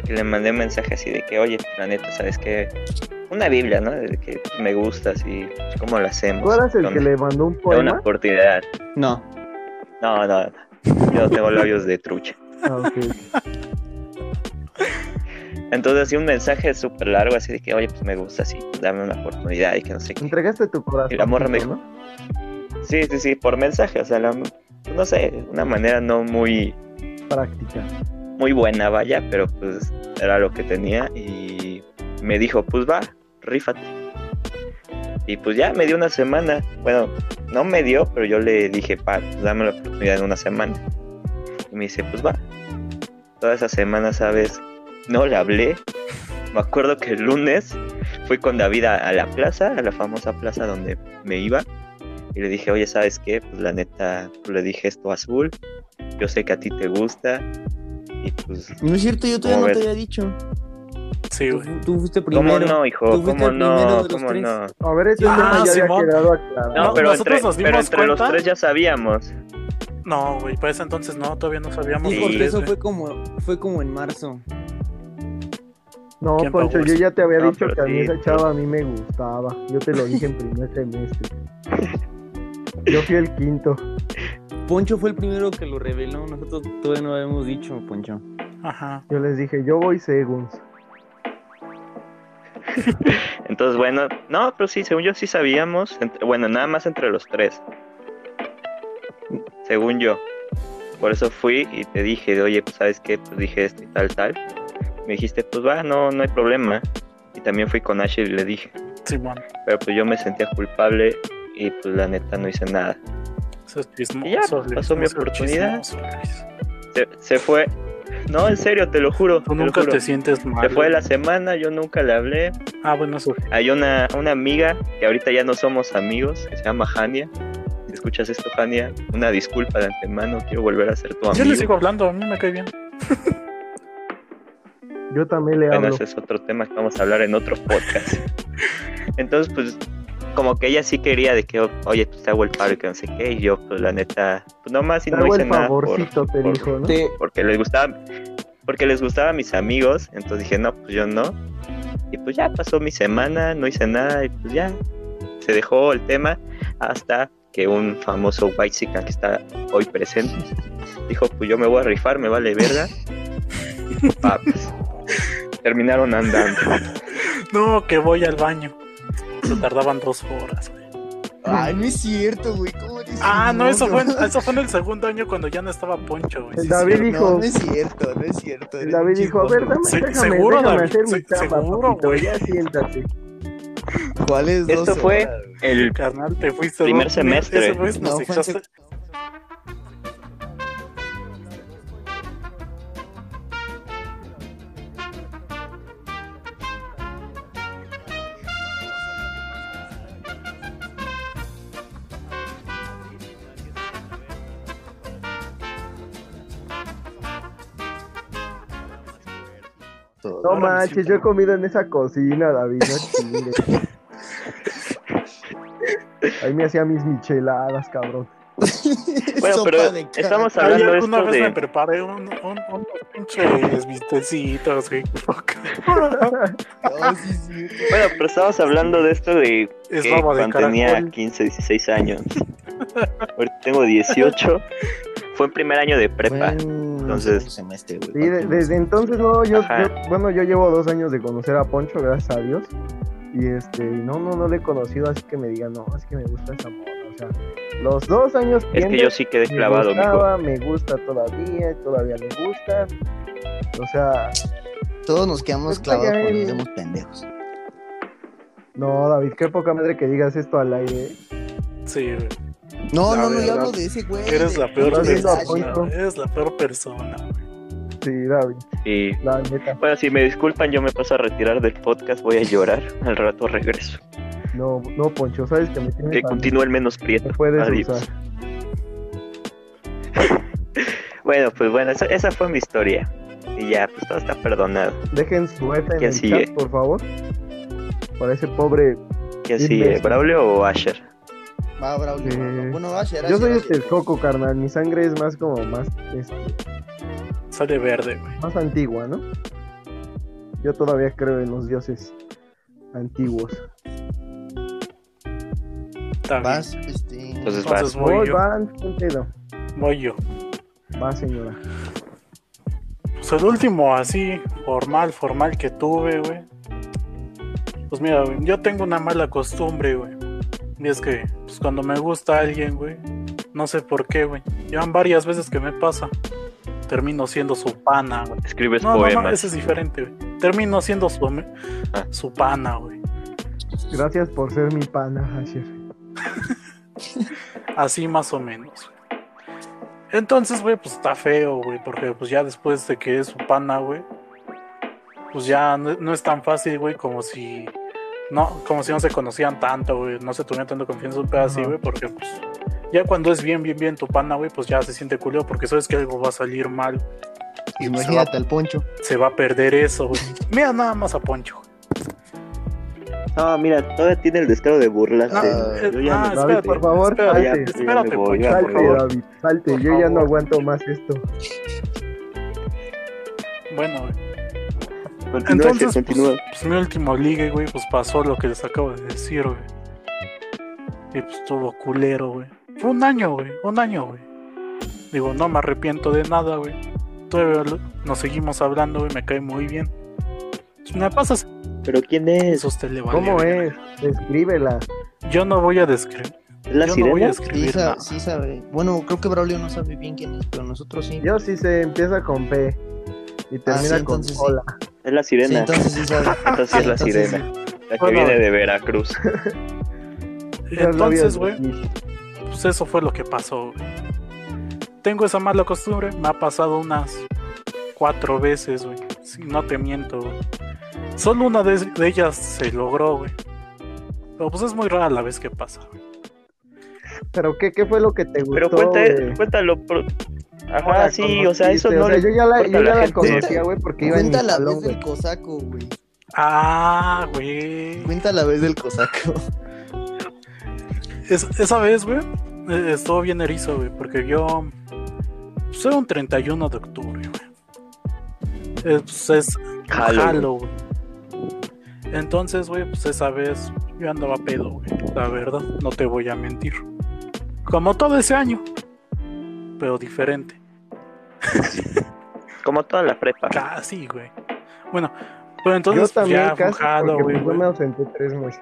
Speaker 1: que le mandé un mensaje así de que, oye, la neta, ¿sabes qué? Una Biblia, ¿no? De que me gusta, así, pues, ¿cómo la hacemos?
Speaker 2: ¿Tú eras el
Speaker 1: Con-
Speaker 2: que le mandó un
Speaker 1: con una
Speaker 2: poema?
Speaker 1: oportunidad.
Speaker 4: No.
Speaker 1: No, no, no. Yo no tengo labios de trucha.
Speaker 2: Ah, ok.
Speaker 1: Entonces, así un mensaje súper largo, así de que, oye, pues me gusta, así, dame una oportunidad y que no sé qué.
Speaker 2: Entregaste tu corazón.
Speaker 1: Y la morra me
Speaker 2: ¿no?
Speaker 1: Sí, sí, sí, por mensaje, o sea, la- pues, no sé, una manera no muy
Speaker 2: Práctica.
Speaker 1: muy buena, vaya, pero pues era lo que tenía y me dijo, pues va, rífate. Y pues ya me dio una semana. Bueno, no me dio, pero yo le dije, pa, pues dame la oportunidad en una semana. Y me dice, pues va. Toda esa semana, ¿sabes? No le hablé. Me acuerdo que el lunes fui con David a, a la plaza, a la famosa plaza donde me iba. Y le dije, oye, ¿sabes qué? Pues la neta, pues, le dije esto a azul. Yo sé que a ti te gusta. Y pues
Speaker 4: No es cierto, yo todavía
Speaker 1: ¿Cómo
Speaker 4: no te
Speaker 1: ves?
Speaker 4: había dicho.
Speaker 3: Sí,
Speaker 4: Tú,
Speaker 3: güey.
Speaker 4: tú fuiste
Speaker 1: ¿Cómo
Speaker 4: primero.
Speaker 1: no, hijo?
Speaker 4: Tú fuiste
Speaker 1: ¿Cómo
Speaker 4: el primero
Speaker 1: no?
Speaker 4: de los
Speaker 1: ¿Cómo
Speaker 4: tres.
Speaker 1: no?
Speaker 2: A ver, ese
Speaker 3: Ah,
Speaker 2: tema ya había
Speaker 3: Simón.
Speaker 2: quedado aclarado.
Speaker 1: No,
Speaker 3: No,
Speaker 1: pero
Speaker 3: nosotros
Speaker 1: entre,
Speaker 3: nos dimos
Speaker 1: pero entre los
Speaker 3: cuenta-
Speaker 1: tres ya sabíamos.
Speaker 3: No, güey, para ese entonces no, todavía no sabíamos.
Speaker 1: Sí,
Speaker 4: Sí,
Speaker 3: los
Speaker 4: porque
Speaker 3: tres,
Speaker 4: eso
Speaker 3: güey.
Speaker 4: fue como, fue como en marzo.
Speaker 2: No,
Speaker 3: ¿Quién
Speaker 2: Poncho,
Speaker 3: pagó
Speaker 2: yo
Speaker 3: eso?
Speaker 2: ya te había
Speaker 1: No,
Speaker 2: dicho
Speaker 1: pero
Speaker 2: que a
Speaker 1: sí,
Speaker 2: mí esa chava a mí me gustaba. Yo te lo dije en primer semestre. Yo fui el quinto.
Speaker 4: Poncho fue el primero que lo reveló. Nosotros todavía no habíamos dicho, Poncho.
Speaker 3: Ajá.
Speaker 2: Yo les dije, yo voy según.
Speaker 1: Entonces, bueno, no, pero sí, según yo sí sabíamos. ent- bueno, nada más entre los tres. Según yo. Por eso fui y te dije, de, oye, pues sabes qué, pues dije esto y tal, tal. Me dijiste, pues va, no, no hay problema. Y también fui con Asher y le dije.
Speaker 3: Simón.
Speaker 1: Pero pues yo me sentía culpable y pues la neta no hice nada.
Speaker 3: Eso es chismoso.
Speaker 1: Ya,
Speaker 3: Luis,
Speaker 1: pasó mi
Speaker 3: eso es
Speaker 1: oportunidad.
Speaker 3: chismoso, Luis.
Speaker 1: Se, se fue. No, en serio, te lo juro.
Speaker 3: Tú
Speaker 1: te lo
Speaker 3: nunca
Speaker 1: juro.
Speaker 3: te sientes mal.
Speaker 1: Se fue
Speaker 3: güey.
Speaker 1: la semana, yo nunca le hablé.
Speaker 3: Ah, bueno, eso.
Speaker 1: Hay una, una amiga que ahorita ya no somos amigos, que se llama Hania. Si escuchas esto, Hania, una disculpa de antemano, quiero volver a ser tu amigo.
Speaker 3: Yo le sigo hablando, a mí me cae bien.
Speaker 2: Yo también le
Speaker 1: Bueno,
Speaker 2: hablo.
Speaker 1: ese es otro tema que vamos a hablar en otro podcast. Entonces, pues, como que ella sí quería de que, oye, pues te hago el paro y que no sé qué, y yo, pues, la neta, pues nomás y
Speaker 2: Te
Speaker 1: no
Speaker 2: hago
Speaker 1: hice
Speaker 2: el
Speaker 1: nada por-
Speaker 2: favorcito, te
Speaker 1: por-
Speaker 2: dijo, ¿no?
Speaker 4: Te-
Speaker 1: porque les gustaba, porque les gustaba a mis amigos, entonces dije, no, pues yo no. Y pues ya pasó mi semana, no hice nada, y pues ya, se dejó el tema hasta que un famoso Whitezica que está hoy presente dijo, pues yo me voy a rifar, me vale verga. Y papas. Terminaron andando.
Speaker 3: No, que voy al baño. Se tardaban dos horas. güey.
Speaker 4: Ay, no es cierto, güey. ¿Cómo eres
Speaker 3: Ah, no, eso fue, en,
Speaker 4: chismoso?
Speaker 3: eso fue en el segundo año cuando ya no estaba Poncho, güey.
Speaker 2: El
Speaker 3: sí,
Speaker 2: David
Speaker 3: sí.
Speaker 2: dijo,
Speaker 4: No, no es cierto, no es cierto.
Speaker 2: el David dijo, a ver, dame,
Speaker 3: Se-
Speaker 2: déjame,
Speaker 3: seguro,
Speaker 2: déjame
Speaker 3: David,
Speaker 2: hacer mi
Speaker 3: se-
Speaker 2: chamba,
Speaker 3: seguro,
Speaker 2: papito,
Speaker 3: güey.
Speaker 2: ya siéntate.
Speaker 4: ¿Cuál es
Speaker 1: Esto fue- El
Speaker 3: Carnal, te fuiste.
Speaker 1: Primer
Speaker 3: dos-
Speaker 1: semestre.
Speaker 3: Ese, güey, nos
Speaker 4: No, fue en
Speaker 3: echaste-
Speaker 4: sexto.
Speaker 2: No
Speaker 3: Ahora me
Speaker 2: manches,
Speaker 3: siento
Speaker 2: yo he
Speaker 3: mal.
Speaker 2: comido en esa cocina, David, no chingues. Ahí me hacía mis micheladas, cabrón.
Speaker 1: Bueno,
Speaker 4: Sopa
Speaker 1: pero
Speaker 4: de carne.
Speaker 1: estamos
Speaker 3: Ay,
Speaker 1: hablando de
Speaker 3: alguna
Speaker 1: esto
Speaker 3: vez me
Speaker 1: de...
Speaker 3: preparé un, un, unos pinches bistecitos, güey. Fuck.
Speaker 4: No, sí, es cierto.
Speaker 1: Bueno, pero estamos hablando de esto de
Speaker 3: Es
Speaker 1: que
Speaker 3: baba de
Speaker 1: cuando tenía
Speaker 3: caracol.
Speaker 1: 15, 16 años. Ahorita tengo 18. Fue en primer año de prepa.
Speaker 4: Fue en
Speaker 1: Entonces-
Speaker 4: segundo semestre,
Speaker 2: Sí,
Speaker 4: güey.
Speaker 2: de- desde entonces no, yo,
Speaker 1: Ajá.
Speaker 2: yo- bueno, yo llevo dos años de conocer a Poncho, gracias a Dios. Y este, y no, no, no le he conocido, así que me diga, no, es que me gusta esa moda. O sea, los dos años
Speaker 1: Es que
Speaker 2: tienen-
Speaker 1: yo sí quedé
Speaker 2: me
Speaker 1: clavado, mijo.
Speaker 2: gustaba, me gusta todavía, todavía me gusta. O sea,
Speaker 4: Todos nos quedamos
Speaker 2: Pues
Speaker 4: clavados
Speaker 2: vaya,
Speaker 4: porque
Speaker 2: eh.
Speaker 4: somos pendejos.
Speaker 2: no, David, qué poca madre que digas esto al aire. ¿eh?
Speaker 3: Sí, güey.
Speaker 4: No,
Speaker 2: La
Speaker 4: no, no, yo
Speaker 2: verdad.
Speaker 4: hablo de ese güey.
Speaker 3: Eres
Speaker 4: de-
Speaker 3: la peor
Speaker 2: Estás viendo a
Speaker 3: persona.
Speaker 2: Poncho.
Speaker 3: Eres la peor persona.
Speaker 2: Sí, David,
Speaker 1: Y
Speaker 2: la neta.
Speaker 1: bueno, si me disculpan, yo me paso a retirar del podcast. Voy a llorar. Al rato regreso.
Speaker 2: No, no, Poncho, sabes que me tienes.
Speaker 1: Que
Speaker 2: a mí,
Speaker 1: continúe el menos prieto.
Speaker 2: Me puedes
Speaker 1: Adiós.
Speaker 2: usar.
Speaker 1: Bueno, pues bueno, esa, esa fue mi historia. Y ya, pues todo está perdonado.
Speaker 2: Dejen su F en
Speaker 1: ¿Quién
Speaker 2: el
Speaker 1: sigue?
Speaker 2: chat, por favor. Para ese pobre.
Speaker 1: ¿Qué así,
Speaker 2: Imbécil.
Speaker 1: Braulio o Asher?
Speaker 4: Va, Braulio.
Speaker 2: Sí.
Speaker 4: va, va. Bueno, va, Asher,
Speaker 2: Eh, Yo
Speaker 4: Asher,
Speaker 2: soy
Speaker 4: Asher.
Speaker 2: este coco, carnal. Mi sangre es más como más, este,
Speaker 3: Sale verde, güey.
Speaker 2: más antigua, ¿no? Yo todavía creo en los dioses antiguos.
Speaker 3: Está bien.
Speaker 4: Vas, este.
Speaker 1: Entonces vas.
Speaker 3: Entonces voy
Speaker 2: Voy,
Speaker 3: yo.
Speaker 2: van, un pedo.
Speaker 3: Voy yo.
Speaker 2: Va, señora.
Speaker 3: Pues el último así, formal, formal que tuve, güey. Pues mira, güey, yo tengo una mala costumbre, güey. Y es que, pues cuando me gusta alguien, güey, no sé por qué, güey. Llevan varias veces que me pasa. Termino siendo su pana, güey.
Speaker 1: Escribes
Speaker 3: No, no, no,
Speaker 1: poemas.
Speaker 3: eso es diferente, güey. Termino siendo su, ami-
Speaker 1: Ah.
Speaker 3: su pana, güey.
Speaker 2: Gracias por ser mi pana, Asher.
Speaker 3: Así más o menos, güey. Entonces, güey, pues está feo, güey, porque pues ya después de que es su pana, güey, pues ya no, no es tan fácil, güey, como si no, como si no se conocían tanto, güey, no se tuvieran tanto confianza un pedo así,
Speaker 2: Ajá.
Speaker 3: güey, porque pues ya cuando es bien, bien, bien tu pana, güey, pues ya se siente culio porque sabes que algo va a salir mal,
Speaker 4: Imagínate al poncho.
Speaker 3: se va a perder eso, güey. Mira nada más a Poncho, güey.
Speaker 1: No, mira, todavía tiene el descaro de burlarse.
Speaker 4: Ah,
Speaker 1: Yo ya
Speaker 3: ah,
Speaker 1: me-
Speaker 3: espérate,
Speaker 2: David, por favor,
Speaker 3: espérate,
Speaker 1: Yo ya
Speaker 2: salte.
Speaker 1: me
Speaker 3: espérate,
Speaker 1: voy,
Speaker 3: Poncho,
Speaker 1: ya,
Speaker 3: por
Speaker 1: por
Speaker 2: Salte,
Speaker 3: favor.
Speaker 1: favor.
Speaker 2: David, salte.
Speaker 3: Por
Speaker 2: Yo ya no
Speaker 3: favor.
Speaker 2: aguanto más esto.
Speaker 3: Bueno, güey.
Speaker 1: Continúa, Asher,
Speaker 3: Entonces,
Speaker 1: continúa.
Speaker 3: pues, pues, mi último ligue, güey, pues pasó lo que les acabo de decir, güey. Y pues estuvo culero, güey. Fue un año, güey. Un año, güey. Digo, no me arrepiento de nada, güey. Todavía lo- nos seguimos hablando, güey, me cae muy bien. Si me pasas
Speaker 1: ¿Pero quién es?
Speaker 3: esos televalios.
Speaker 2: ¿Cómo es? Escríbela.
Speaker 3: Yo no voy a describir.
Speaker 1: ¿Es la
Speaker 3: yo no voy a
Speaker 1: sirena?
Speaker 3: describir
Speaker 5: Sí, sa-
Speaker 3: nada.
Speaker 5: sí sabe. Bueno, creo que Braulio no sabe bien quién es, pero nosotros sí.
Speaker 2: Yo sí se empieza con P y termina
Speaker 5: Ah, sí,
Speaker 2: con
Speaker 5: entonces sí.
Speaker 2: hola.
Speaker 1: Es la
Speaker 5: Sí,
Speaker 1: sirena.
Speaker 5: entonces sí sabe.
Speaker 1: Entonces sí es la
Speaker 5: Entonces
Speaker 1: sirena. La que
Speaker 3: Bueno.
Speaker 1: viene de Veracruz.
Speaker 2: Los labios
Speaker 3: Entonces, güey,
Speaker 2: de-
Speaker 3: pues eso fue lo que pasó, güey. Tengo esa mala costumbre, me ha pasado unas cuatro veces, güey. Si no te miento, güey. Solo una de, de ellas se logró, güey. Pero pues es muy rara la vez que pasa, güey.
Speaker 2: Pero qué, qué fue lo que te gustó.
Speaker 1: Pero cuenta,
Speaker 2: güey?
Speaker 1: cuéntalo. pro-
Speaker 3: Ah,
Speaker 2: ¿Cómo
Speaker 1: Ajá,
Speaker 2: la
Speaker 1: sí, o sea, eso
Speaker 2: conociste?
Speaker 1: no
Speaker 2: O sea,
Speaker 1: le...
Speaker 2: yo ya la,
Speaker 1: importa
Speaker 2: yo
Speaker 1: a
Speaker 2: ya
Speaker 1: la
Speaker 2: la
Speaker 1: gente.
Speaker 2: conocía, güey, porque iba en mi
Speaker 5: Cuenta la
Speaker 2: salón,
Speaker 5: vez
Speaker 2: güey.
Speaker 5: del cosaco, güey.
Speaker 3: Ah, güey.
Speaker 5: Cuenta la vez del cosaco.
Speaker 3: Es- esa vez, güey, eh, estuvo bien erizo, güey, porque yo. Pues era un 31 de octubre, güey. Eh, pues es
Speaker 1: Halloween.
Speaker 3: Halloween. Entonces, güey, pues esa vez yo andaba pedo, güey. La verdad, no te voy a mentir. Como todo ese año, pero diferente.
Speaker 1: Como toda la prepa.
Speaker 3: Casi, güey. Bueno, pero
Speaker 2: Yo
Speaker 3: entonces pues,
Speaker 2: también
Speaker 3: ya fue
Speaker 2: casi, porque
Speaker 3: Halloween,
Speaker 2: pues, yo
Speaker 3: güey.
Speaker 2: me ausenté tres meses.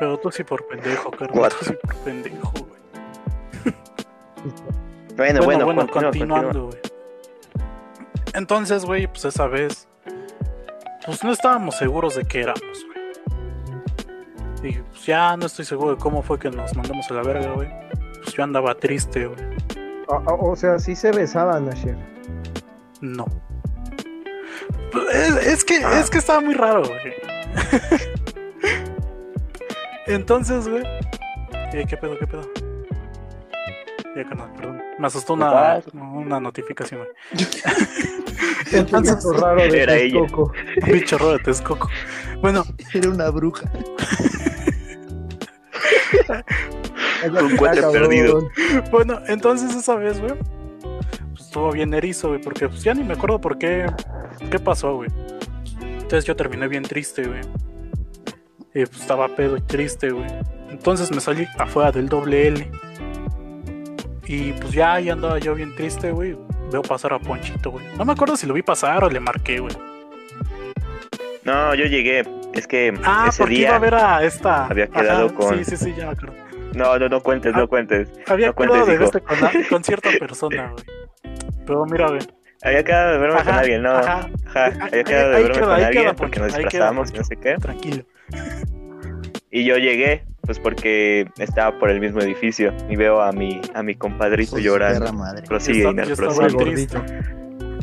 Speaker 3: Pero tú sí por pendejo, carnal.
Speaker 1: Cuatro.
Speaker 3: Tú sí por pendejo, güey.
Speaker 1: Bueno, bueno,
Speaker 3: bueno, bueno,
Speaker 1: continúa, continúa.
Speaker 3: continuando, güey. Entonces, güey, pues esa vez, pues no estábamos seguros de qué éramos, güey. Y pues ya no estoy seguro de cómo fue que nos mandamos a la verga, güey. Pues yo andaba triste, güey.
Speaker 2: O, Ah, o- o sea, sí se besaban ayer.
Speaker 3: No. Pues, Es, es que,
Speaker 1: Ah.
Speaker 3: es que estaba muy raro, güey. Entonces, güey. eh, ¿Qué pedo, qué pedo? Ya, carnal, perdón. Me asustó una,
Speaker 1: Capaz.
Speaker 3: una notificación, güey.
Speaker 2: Entonces,
Speaker 3: Entonces-
Speaker 2: eso raro de
Speaker 1: Era ella.
Speaker 2: Texcoco.
Speaker 3: Bicho raro de Texcoco. Bueno,
Speaker 5: Era una bruja.
Speaker 2: Ella
Speaker 1: Un
Speaker 2: está
Speaker 1: cuate
Speaker 2: Ah, cabrón.
Speaker 1: perdido.
Speaker 3: bueno, entonces esa vez, güey, pues estuvo bien erizo, güey, porque pues ya ni me acuerdo por qué, qué pasó, güey. Entonces yo terminé bien triste, güey. Y pues estaba pedo y triste, güey. Entonces me salí afuera del doble L. Y pues ya, ya andaba yo bien triste, güey. Veo pasar a Ponchito, güey. No me acuerdo si lo vi pasar o le marqué, güey.
Speaker 1: No, yo llegué. Es que
Speaker 3: Ah,
Speaker 1: ese
Speaker 3: porque iba
Speaker 1: día.
Speaker 3: a ver a esta.
Speaker 1: había quedado con-
Speaker 3: Sí, sí, sí, ya me acuerdo.
Speaker 1: No, no, no cuentes,
Speaker 3: Ah.
Speaker 1: no cuentes.
Speaker 3: Había
Speaker 1: No
Speaker 3: quedado
Speaker 1: cuentes,
Speaker 3: de
Speaker 1: hijo.
Speaker 3: verte con, la- con cierta persona, güey. Pero mira, güey.
Speaker 1: Había quedado de verme con
Speaker 3: Ajá,
Speaker 1: alguien, no.
Speaker 3: ajá,
Speaker 1: Ajá,
Speaker 3: Ahí-
Speaker 1: había quedado
Speaker 3: ahí
Speaker 1: de verme
Speaker 3: queda,
Speaker 1: con
Speaker 3: ahí
Speaker 1: alguien
Speaker 3: queda,
Speaker 1: porque
Speaker 3: Poncho,
Speaker 1: nos
Speaker 3: ahí queda,
Speaker 1: disfrazamos, no
Speaker 3: Poncho.
Speaker 1: sé qué.
Speaker 3: tranquilo.
Speaker 1: Y yo llegué, pues porque estaba por el mismo edificio y veo a mi, a mi compadrito
Speaker 5: Hijo de su
Speaker 1: llorando.
Speaker 5: perra madre.
Speaker 1: Prosigue,
Speaker 3: Yo
Speaker 1: Inar,
Speaker 3: estaba- yo estaba
Speaker 1: prosigue.
Speaker 3: triste.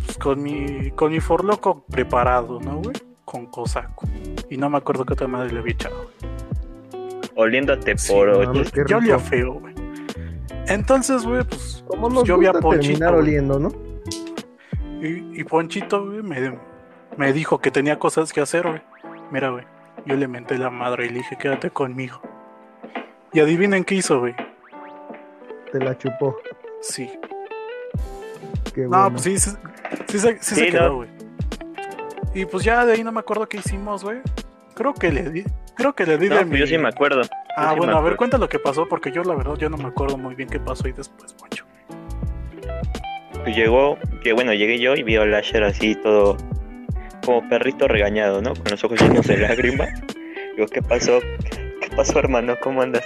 Speaker 3: Pues con mi, con mi forloco preparado, ¿no, güey? Con cosaco. Y no me acuerdo qué otra madre le había echado. güey.
Speaker 1: Oliéndote
Speaker 3: Sí,
Speaker 1: por
Speaker 3: no
Speaker 1: ocho.
Speaker 2: mames. Ah, Qué
Speaker 3: Yo olía
Speaker 2: rico.
Speaker 3: feo, güey. Entonces, güey, pues,
Speaker 2: ¿Cómo
Speaker 3: pues
Speaker 2: nos
Speaker 3: yo vi a
Speaker 2: gusta
Speaker 3: Ponchito.
Speaker 2: terminar
Speaker 3: güey.
Speaker 2: oliendo, no?
Speaker 3: Y, y Ponchito, güey, me, me dijo que tenía cosas que hacer, güey. Mira, güey, yo le menté la madre y le dije, quédate conmigo. Y adivinen qué hizo, güey.
Speaker 2: Te la chupó.
Speaker 3: Sí.
Speaker 2: Qué
Speaker 3: No,
Speaker 2: bueno.
Speaker 3: pues sí, sí, sí se, sí se
Speaker 1: Sí,
Speaker 3: quedó,
Speaker 1: ¿no?
Speaker 3: güey. Y pues ya de ahí no me acuerdo qué hicimos, güey. Creo que le di, creo que le di de
Speaker 1: No, pues yo
Speaker 3: mi-
Speaker 1: sí me acuerdo.
Speaker 3: Ah,
Speaker 1: sí me
Speaker 3: bueno, a ver,
Speaker 1: acuerdo.
Speaker 3: cuenta lo que pasó, porque yo la verdad yo no me acuerdo muy bien qué pasó y después, Poncho.
Speaker 1: Pues llegó, que bueno, llegué yo y vi a Lasher así todo como perrito regañado, ¿no? Con los ojos llenos de lágrimas. Digo, ¿qué pasó? ¿Qué pasó, hermano? ¿Cómo andas?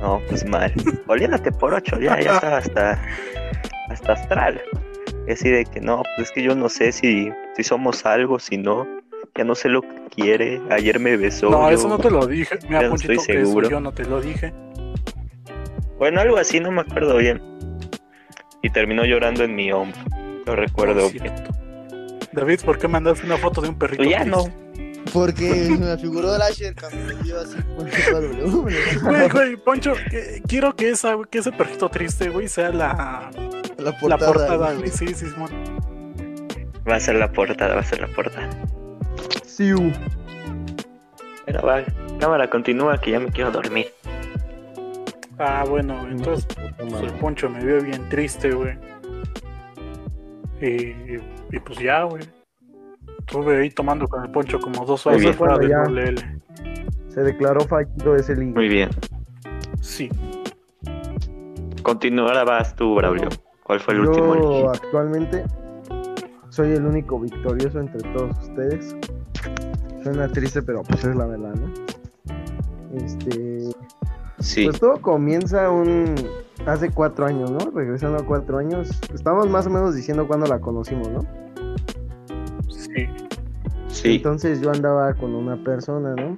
Speaker 1: No, pues mal. Oliéndote por ocho, ya, ya estaba hasta, hasta astral. Y así de que no, pues es que yo no sé si, si somos algo, si no. Ya no sé lo que quiere. Ayer me besó.
Speaker 3: no,
Speaker 1: yo-
Speaker 3: eso no te lo dije. Mira,
Speaker 1: yo no
Speaker 3: Ponchito,
Speaker 1: estoy
Speaker 3: eso
Speaker 1: seguro.
Speaker 3: yo no te lo dije.
Speaker 1: Bueno, algo así, no me acuerdo bien. Y terminó llorando en mi hombro. Lo
Speaker 3: No
Speaker 1: recuerdo
Speaker 3: es cierto. David, ¿por qué mandaste una foto de un perrito?
Speaker 1: Pues ya
Speaker 3: triste?
Speaker 1: no.
Speaker 5: Porque se me figuró el Asher cuando me dio así con todo el volumen.
Speaker 3: Güey, güey, Poncho, que- quiero que, esa, que ese perrito triste, güey, sea la,
Speaker 5: La portada.
Speaker 3: la portada, güey. Sí, sí, Simón.
Speaker 1: Va a ser la portada, va a ser la portada.
Speaker 2: Siu.
Speaker 1: Pero va, cámara, continúa que ya me quiero dormir.
Speaker 3: Ah, bueno, entonces pues, el Poncho me vio bien triste, güey. Y, y- y pues ya, güey. Estuve ahí tomando con el Poncho como dos
Speaker 1: Muy
Speaker 3: horas
Speaker 1: bien.
Speaker 3: fuera del
Speaker 2: Bueno, ya.
Speaker 3: doble L.
Speaker 2: Se declaró fallido ese ligue.
Speaker 1: Muy bien.
Speaker 3: Sí.
Speaker 1: Continuará, vas tú, Braulio. ¿Cuál fue el último? en-
Speaker 2: Yo ah, actualmente soy el único victorioso entre todos ustedes. Suena triste, pero pues es la verdad, ¿no? Este,
Speaker 1: Sí,
Speaker 2: Pues todo comienza un hace cuatro años, ¿no? Regresando a cuatro años. Estamos más o menos diciendo cuándo la conocimos, ¿no?
Speaker 3: Sí.
Speaker 1: sí.
Speaker 2: Entonces yo andaba con una persona, ¿no?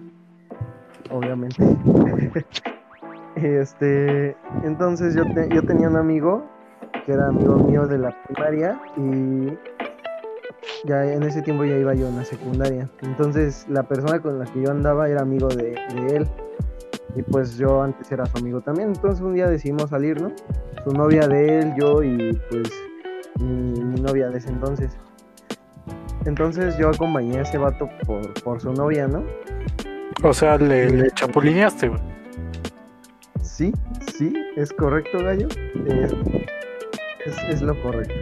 Speaker 2: Obviamente. este, entonces yo, te- yo tenía un amigo que era amigo mío de la primaria y ya en ese tiempo ya iba yo en la secundaria. Entonces la persona con la que yo andaba era amigo de, de él y pues yo antes era su amigo también. Entonces un día decidimos salir, ¿no? Su novia de él, yo y pues mi- mi novia de ese entonces. Entonces yo acompañé a ese vato por, por su novia, ¿no?
Speaker 3: O sea, le, le chapulineaste, güey.
Speaker 2: Sí, sí, es correcto, gallo. Es, es, es lo correcto.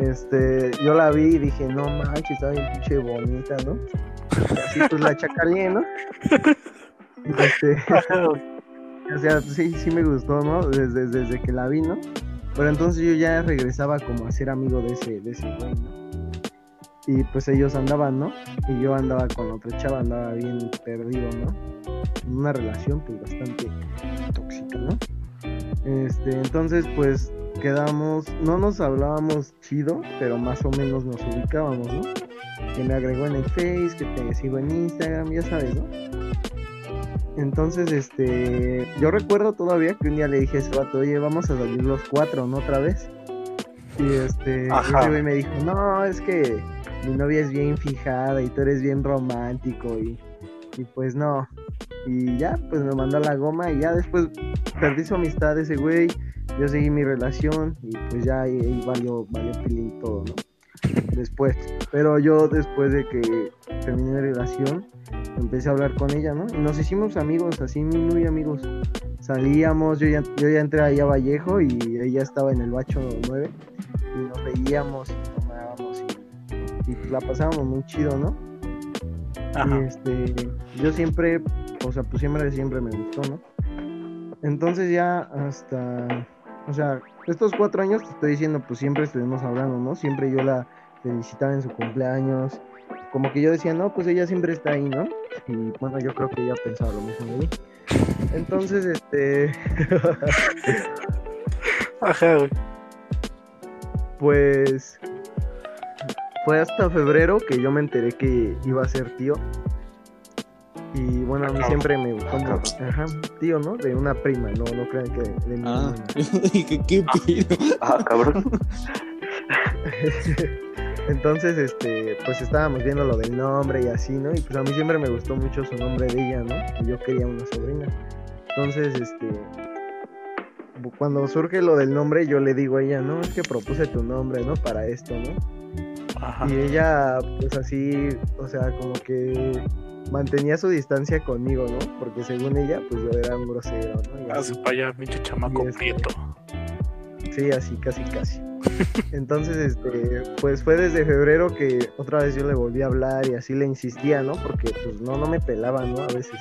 Speaker 2: Este, yo la vi y dije, no manches, está bien pinche bonita, ¿no? Y así pues la chacalé, ¿no? Este, o sea, sí, sí me gustó, ¿no? Desde, desde que la vi, ¿no? Pero entonces yo ya regresaba como a ser amigo de ese, de ese güey, ¿no? Y pues ellos andaban, ¿no? Y yo andaba con otra chava, andaba bien perdido, ¿no? En una relación pues bastante tóxica, ¿no? Este, entonces pues quedamos, no nos hablábamos chido, pero más o menos nos ubicábamos, ¿no? Que me agregó en el Face, que te sigo en Instagram, ya sabes, ¿no? Entonces, este, yo recuerdo todavía que un día le dije a ese vato, oye, vamos a salir los cuatro, ¿no? Otra vez. Y este,
Speaker 3: Ajá.
Speaker 2: ese güey me dijo, no, es que mi novia es bien fijada y tú eres bien romántico y, y pues no. Y ya, pues me mandó a la goma y ya después perdí su amistad ese güey, yo seguí mi relación y pues ya ahí, ahí valió, valió pilín todo, ¿no? Después, pero yo después de que terminé mi relación, empecé a hablar con ella, ¿no? Y nos hicimos amigos, así muy, muy amigos. Salíamos, yo ya, yo ya entré allá a Vallejo y ella estaba en el Bacho 9 y nos veíamos y tomábamos y, y la pasábamos muy chido, ¿no? Y
Speaker 3: Ajá.
Speaker 2: este, yo siempre, o sea, pues siempre, siempre me gustó, ¿no? Entonces ya hasta, o sea, estos cuatro años te estoy diciendo, pues siempre estuvimos hablando, ¿no? Siempre yo la felicitaba en su cumpleaños. Como que yo decía, no, pues ella siempre está ahí, ¿no? Y bueno, yo creo que ella pensaba lo mismo de mí. Entonces, este,
Speaker 3: Ajá, güey.
Speaker 2: pues fue hasta febrero que yo me enteré que iba a ser tío. Y bueno, a mí
Speaker 3: Ah,
Speaker 2: siempre me gustó.
Speaker 1: cabrón.
Speaker 2: mucho- Ajá, tío, ¿no? De una prima, no, no crean que de mi
Speaker 4: Ah,
Speaker 2: hermana.
Speaker 4: ¿qué, qué pido?
Speaker 1: Ah, cabrón.
Speaker 2: Entonces, este, pues estábamos viendo lo del nombre y así, ¿no? Y pues a mí siempre me gustó mucho su nombre de ella, ¿no? Y yo quería una sobrina. Entonces, este, bu- cuando surge lo del nombre, yo le digo a ella, no, es que propuse tu nombre, ¿no? Para esto, ¿no?
Speaker 3: Ajá.
Speaker 2: Y ella, pues así, o sea, como que mantenía su distancia conmigo, ¿no? Porque según ella, pues yo era un grosero, ¿no? Y así.
Speaker 3: Hace para allá, pinche chamaco
Speaker 2: Y este-
Speaker 3: prieto.
Speaker 2: Sí, así, casi, casi. Entonces, este, pues fue desde febrero que otra vez yo le volví a hablar y así le insistía, ¿no? Porque pues no, no me pelaba, ¿no? A veces.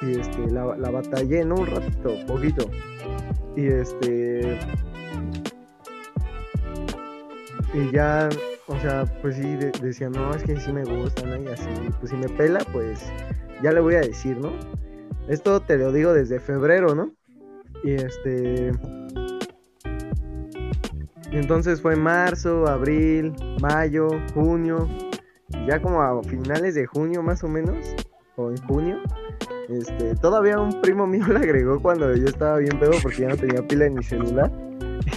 Speaker 2: Y este, la, la batallé, ¿no? Un ratito, poquito. Y este. Y ya, o sea, pues sí, de- decía, no, es que sí me gustan, ¿no? Y así, pues si me pela, pues ya le voy a decir, ¿no? Esto te lo digo desde febrero, ¿no? Y este. Y entonces fue marzo, abril, mayo, junio. y Ya como a finales de junio más o menos, o en junio. Este, todavía un primo mío le agregó cuando yo estaba bien pedo porque ya no tenía pila en mi celular.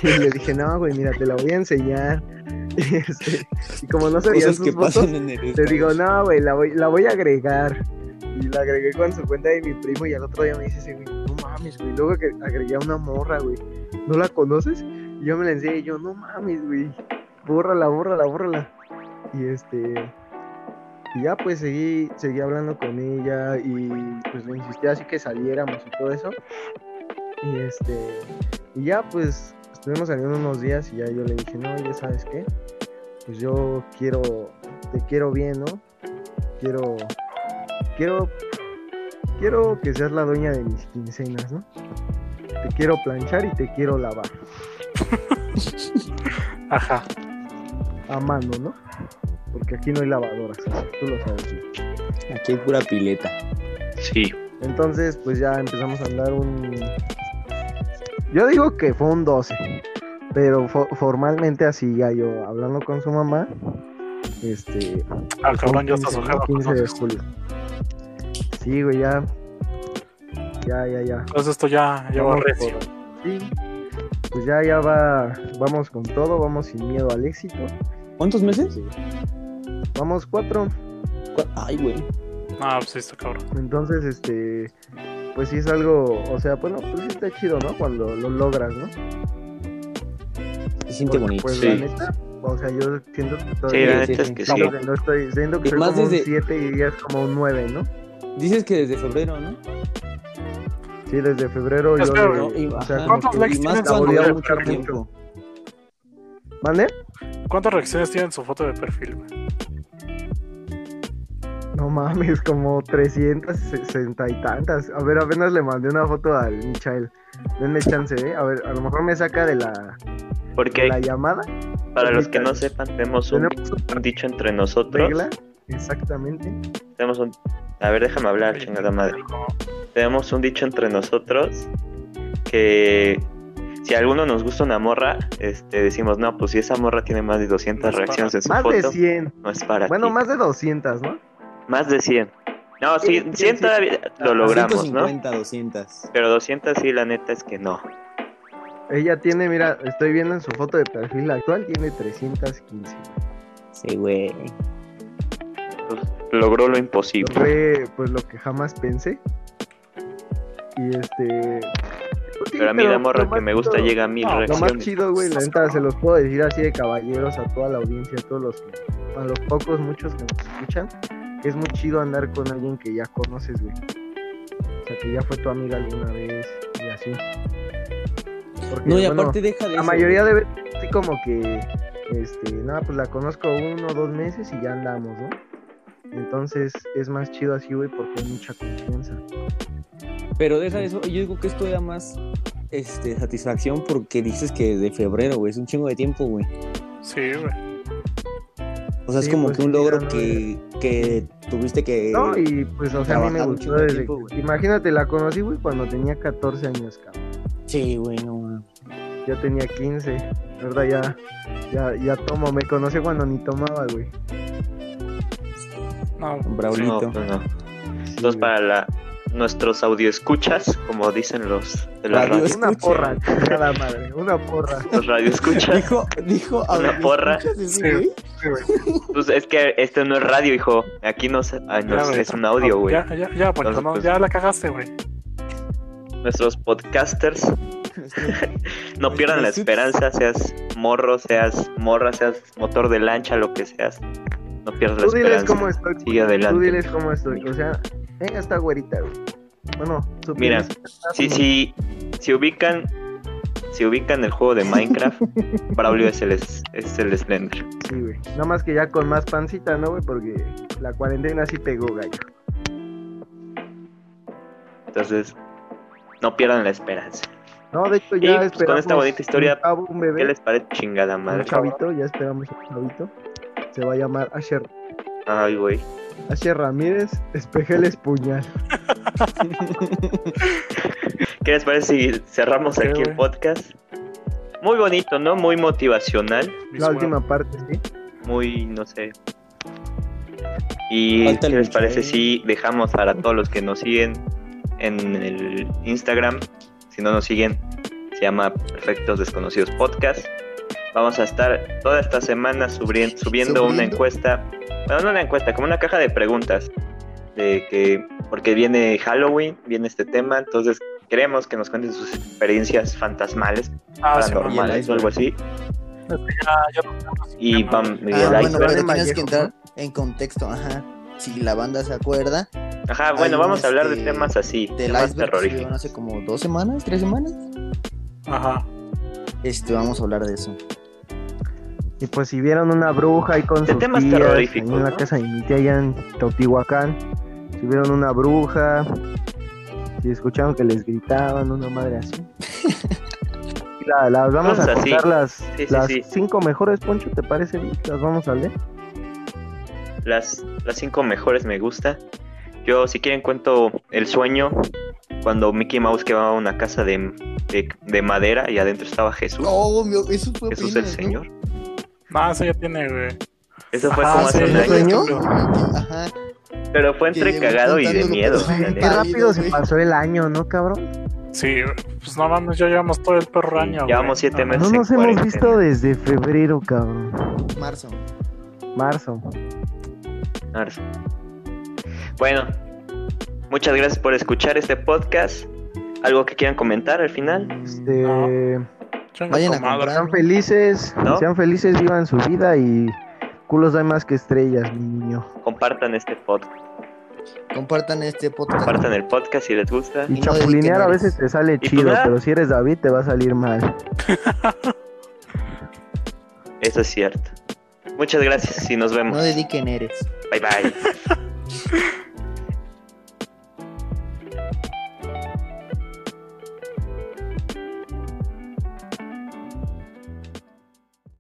Speaker 2: Y le dije, no, güey, mira, te la voy a enseñar. Y, este, y como no sabía
Speaker 4: Cosas
Speaker 2: sus
Speaker 4: que
Speaker 2: fotos,
Speaker 4: pasan en el
Speaker 2: le
Speaker 4: Instagram.
Speaker 2: digo, no, güey, la voy, la voy a agregar. Y la agregué con su cuenta de mi primo y al otro día me dice ese güey, no mames, güey. Luego que agregué a una morra, güey. ¿No la conoces? Y yo me la enseñé y yo, no mames, güey. Bórrala, bórrala, bórrala. Y este... Y ya pues seguí, seguí hablando con ella y pues le insistí así que saliéramos y todo eso. Y este... Y ya pues estuvimos saliendo unos días y ya yo le dije, no, ya sabes qué. Pues yo quiero te quiero bien, ¿no? Quiero, quiero, quiero que seas la dueña de mis quincenas, ¿no? Te quiero planchar y te quiero lavar.
Speaker 3: Ajá.
Speaker 2: A mano, ¿no? Porque aquí no hay lavadoras, así, tú lo sabes. güey.
Speaker 4: Aquí hay pura pileta.
Speaker 1: Sí.
Speaker 2: Entonces, pues ya empezamos a andar un. Yo digo que fue un 12. Pero fo- formalmente así ya yo hablando con su mamá. Este.
Speaker 3: Al cabrón ya
Speaker 2: yo
Speaker 3: estás ojado.
Speaker 2: 15 de julio. Sí, güey, ya. Ya, ya, ya.
Speaker 3: Entonces Pues esto ya, ya va
Speaker 2: Vamos
Speaker 3: recio.
Speaker 2: por- Sí. Pues ya, ya va. Vamos con todo, vamos sin miedo al éxito.
Speaker 4: ¿Cuántos meses?
Speaker 2: Vamos cuatro.
Speaker 4: Cu- Ay, güey.
Speaker 3: Ah, pues sí, está cabrón.
Speaker 2: Entonces, este, pues sí es algo, o sea, bueno, pues sí está chido, ¿no? Cuando lo logras, ¿no?
Speaker 4: Se siente
Speaker 2: Porque,
Speaker 4: bonito.
Speaker 2: Pues
Speaker 1: Sí.
Speaker 2: la neta, o sea, yo siento que
Speaker 1: Sí, la
Speaker 2: todavía
Speaker 1: neta es que
Speaker 2: no,
Speaker 1: sí.
Speaker 2: porque no estoy, siento que
Speaker 4: Y
Speaker 2: soy
Speaker 4: más
Speaker 2: como
Speaker 4: desde-
Speaker 2: un 7 y ella es como un 9, ¿no?
Speaker 4: Dices que desde febrero, ¿no?
Speaker 3: Pues,
Speaker 2: Sí, desde febrero
Speaker 3: Es
Speaker 2: yo
Speaker 3: que,
Speaker 2: le-
Speaker 4: No, y-
Speaker 2: o sea,
Speaker 4: ajá.
Speaker 2: como
Speaker 3: ¿Cuántos
Speaker 2: que-
Speaker 3: likes
Speaker 4: Y más
Speaker 3: tienes
Speaker 2: en
Speaker 4: cuando
Speaker 2: tu
Speaker 4: lleva
Speaker 2: perfil?
Speaker 4: mucho tiempo.
Speaker 2: ¿Mande?
Speaker 3: ¿Cuántas reacciones tiene en su foto de perfil, güey?
Speaker 2: No mames, como 360 y tantas. A ver, apenas le mandé una foto al Michael. Denme chance, ¿eh? A ver, a lo mejor me saca de la, de
Speaker 1: Porque
Speaker 2: la llamada.
Speaker 1: para los que no
Speaker 2: Michael.
Speaker 1: sepan, tenemos un,
Speaker 2: Tenemos una
Speaker 1: un dicho entre nosotros.
Speaker 2: regla, exactamente.
Speaker 1: Tenemos un... A ver, déjame hablar,
Speaker 3: Oye,
Speaker 1: chingada madre.
Speaker 3: como-
Speaker 1: Tenemos un dicho entre nosotros que si a alguno nos gusta una morra, este, decimos, no, pues si esa morra tiene más de 200
Speaker 3: No es
Speaker 1: reacciones en su
Speaker 2: Más de
Speaker 1: foto,
Speaker 2: 100.
Speaker 1: no es para
Speaker 2: Bueno,
Speaker 1: ti.
Speaker 2: más de 200, ¿no?
Speaker 1: Más de 100. No, sí,
Speaker 2: Sí, sí,
Speaker 1: 100
Speaker 2: sí. Ah,
Speaker 1: todavía lo logramos, ¿no?
Speaker 4: 150, 200.
Speaker 1: Pero 200 sí, la neta es que no.
Speaker 2: Ella tiene, mira, estoy viendo en su foto de perfil actual, tiene 315.
Speaker 4: Sí, güey.
Speaker 1: Pues, logró lo imposible.
Speaker 2: Fue pues lo que jamás pensé. Y este. pues, sí,
Speaker 1: Pero a mí la morra
Speaker 2: lo
Speaker 1: que
Speaker 2: más
Speaker 1: me gusta
Speaker 2: chido-
Speaker 1: llega a mil
Speaker 3: no, lo más
Speaker 2: Lo más
Speaker 1: reacciones.
Speaker 2: chido, güey, la neta, se los puedo decir así de caballeros a toda la audiencia, a todos los que- a los pocos, muchos que nos escuchan, que es muy chido andar con alguien que ya conoces, güey. O sea, que ya fue tu amiga alguna vez y así. Porque,
Speaker 4: No, y
Speaker 2: bueno,
Speaker 4: aparte deja de
Speaker 2: La
Speaker 4: eso,
Speaker 2: mayoría
Speaker 4: güey.
Speaker 2: de veces, así como que, este, nada, pues la conozco uno o dos meses y ya andamos, ¿no? Entonces es más chido así, güey, porque hay mucha confianza.
Speaker 4: Pero deja de eso. Yo digo que esto da más este, satisfacción porque dices que desde febrero, güey. Es un chingo de tiempo, güey.
Speaker 3: Sí, güey.
Speaker 4: O sea,
Speaker 2: Sí,
Speaker 4: es como
Speaker 2: pues,
Speaker 4: que un
Speaker 2: sí,
Speaker 4: logro
Speaker 2: ya no
Speaker 4: que, que tuviste que.
Speaker 2: No, y pues, o sea, a mí me
Speaker 4: trabajar un
Speaker 2: gustó
Speaker 4: chingo de
Speaker 2: desde.
Speaker 4: tiempo, güey.
Speaker 2: imagínate, la conocí, güey, cuando tenía 14 años, cabrón.
Speaker 4: Sí, güey, no mames.
Speaker 2: Yo tenía 15. La verdad, ya, ya, ya tomo. Me conoció cuando ni tomaba, güey.
Speaker 3: No,
Speaker 1: No,
Speaker 4: Braulito.
Speaker 1: pues no.
Speaker 2: Sí,
Speaker 1: Entonces,
Speaker 2: güey.
Speaker 1: para la- nuestros audioescuchas, como dicen los de la
Speaker 4: Radio-
Speaker 1: radio,
Speaker 2: Una
Speaker 4: escucha.
Speaker 2: porra, chingada madre. Una porra.
Speaker 1: los radioescuchas,
Speaker 4: Dijo, dijo, a
Speaker 1: Una porra.
Speaker 4: ¿escuchas ese,
Speaker 3: Sí.
Speaker 4: güey?
Speaker 3: sí, güey.
Speaker 1: pues es que este no es radio, hijo. Aquí no se- ah, no,
Speaker 3: Ya, güey.
Speaker 1: es un audio, güey.
Speaker 3: Ya, ya, ya, Poncho,
Speaker 1: Entonces,
Speaker 3: no,
Speaker 1: pues-
Speaker 3: ya la cagaste, güey.
Speaker 1: Nuestros podcasters, no
Speaker 4: Ay,
Speaker 1: pierdan la
Speaker 4: sí.
Speaker 1: esperanza, seas morro, seas morra, seas motor de lancha, lo que seas. No pierdas la
Speaker 2: Tú diles cómo
Speaker 1: esperanza.
Speaker 2: estoy.
Speaker 1: Sigue adelante.
Speaker 2: Tú diles cómo estoy. O sea, ella está güerita, güey. Bueno, su piel
Speaker 1: Mira,
Speaker 2: es-
Speaker 1: Sí, sí, si ubican, si ubican el juego de Minecraft, Braulio es el, es el Slender.
Speaker 2: Sí, güey. Nada más que ya con más pancita, ¿no, güey? Porque la cuarentena sí pegó, gallo.
Speaker 1: Entonces, no pierdan la esperanza.
Speaker 2: No, de hecho,
Speaker 1: Y,
Speaker 2: ya
Speaker 1: pues, con esta
Speaker 2: esperamos
Speaker 1: bonita historia,
Speaker 2: un chavo, un bebé.
Speaker 1: ¿Qué les parece chingada madre?
Speaker 2: Un chavito, ya esperamos un chavito. Se va a llamar Asher,
Speaker 1: Ay, güey.
Speaker 2: Asher Ramírez Espejeles Puñal.
Speaker 1: ¿Qué les parece si cerramos
Speaker 3: Sí,
Speaker 1: aquí el
Speaker 3: güey.
Speaker 1: podcast? Muy bonito, ¿no? Muy motivacional,
Speaker 3: Mis
Speaker 2: La
Speaker 3: huevos.
Speaker 2: última parte, ¿sí?
Speaker 1: muy, no sé. ¿Y
Speaker 4: Falta
Speaker 1: qué
Speaker 4: el
Speaker 1: les
Speaker 4: Michel.
Speaker 1: parece si dejamos para todos los que nos siguen en el Instagram? Si no nos siguen, se llama Perfectos Desconocidos Podcast. Vamos a estar toda esta semana subri- subiendo una
Speaker 5: Subiendo.
Speaker 1: encuesta, bueno, no una encuesta, como una caja de preguntas de que porque viene Halloween, viene este tema, entonces queremos que nos cuenten sus experiencias fantasmales,
Speaker 3: Ah, sí,
Speaker 4: normal.
Speaker 3: güey.
Speaker 1: paranormales o algo así.
Speaker 3: Ah, ya no tenemos
Speaker 1: Y
Speaker 3: tema,
Speaker 1: van
Speaker 5: Ah,
Speaker 1: like.
Speaker 5: bueno, pero
Speaker 2: Vale,
Speaker 5: tienes
Speaker 2: Vallejo,
Speaker 5: que entrar en contexto, ajá. Si la banda se acuerda
Speaker 1: Ajá, bueno,
Speaker 5: hay
Speaker 1: vamos
Speaker 5: un,
Speaker 1: a hablar de
Speaker 5: este,
Speaker 1: temas así,
Speaker 5: del
Speaker 1: temas
Speaker 5: iceberg que
Speaker 1: terroríficos.
Speaker 5: subieron hace como dos semanas, tres semanas,
Speaker 3: Ajá.
Speaker 5: este, vamos a hablar de eso.
Speaker 2: Y pues si vieron una bruja ahí con
Speaker 1: De
Speaker 2: sus
Speaker 1: temas
Speaker 2: tías,
Speaker 1: terroríficos,
Speaker 2: ahí en la
Speaker 1: ¿no?
Speaker 2: casa de mi tía allá en Teotihuacán, si vieron una bruja, si escucharon que les gritaban una madre así. Mira, las vamos a
Speaker 1: Cosas así.
Speaker 2: contar las,
Speaker 1: sí,
Speaker 2: las
Speaker 1: sí.
Speaker 2: cinco mejores, Poncho, ¿te parece bien? Las vamos a leer.
Speaker 1: Las, las cinco mejores me gusta. Yo, si quieren, cuento el sueño cuando Mickey Mouse que va a una casa de, de, de madera y adentro estaba Jesús.
Speaker 5: No, mi- eso fue
Speaker 1: Jesús el
Speaker 5: apenas, ¿no?
Speaker 1: Señor.
Speaker 3: No, eso Ah, ya tiene, güey.
Speaker 1: Eso fue
Speaker 3: Ajá,
Speaker 1: como
Speaker 3: sí,
Speaker 1: hace un
Speaker 3: ¿no
Speaker 1: año.
Speaker 2: sueño?
Speaker 5: Ajá.
Speaker 1: Pero fue entre
Speaker 5: Que llegó
Speaker 1: cagado y de
Speaker 5: cantando,
Speaker 1: miedo.
Speaker 5: pero-
Speaker 1: la
Speaker 2: Qué
Speaker 5: Válido,
Speaker 1: neta.
Speaker 2: rápido se
Speaker 5: güey.
Speaker 2: pasó el año, ¿no, cabrón?
Speaker 3: Sí, güey, pues no mames, ya llevamos todo el perro
Speaker 1: Sí,
Speaker 3: año.
Speaker 1: llevamos
Speaker 3: güey.
Speaker 1: siete
Speaker 3: No,
Speaker 1: meses.
Speaker 2: No
Speaker 1: en
Speaker 2: nos hemos visto
Speaker 1: Pues cuarentena.
Speaker 2: desde febrero, cabrón.
Speaker 5: Marzo.
Speaker 1: Mm,
Speaker 2: Marzo.
Speaker 1: Marzo. Bueno, muchas gracias por escuchar este podcast. ¿Algo que quieran comentar al final?
Speaker 2: Este,
Speaker 3: No. Chinga
Speaker 5: Vayan
Speaker 3: tu
Speaker 5: a
Speaker 3: madre.
Speaker 5: comprar.
Speaker 2: Sean felices,
Speaker 1: ¿No?
Speaker 2: sean felices, vivan su vida y culos hay más que estrellas, mi niño.
Speaker 1: Compartan este podcast.
Speaker 5: Compartan este podcast.
Speaker 1: Compartan el podcast si les gusta.
Speaker 5: Y
Speaker 2: Y
Speaker 5: no dediquen
Speaker 2: chapulinear a
Speaker 5: horas.
Speaker 2: veces te sale
Speaker 1: pues
Speaker 2: chido,
Speaker 1: nada.
Speaker 2: pero si eres David te va a salir mal.
Speaker 1: Eso es cierto. Muchas gracias y nos
Speaker 5: No
Speaker 1: vemos.
Speaker 5: dediquen eres.
Speaker 1: Bye bye.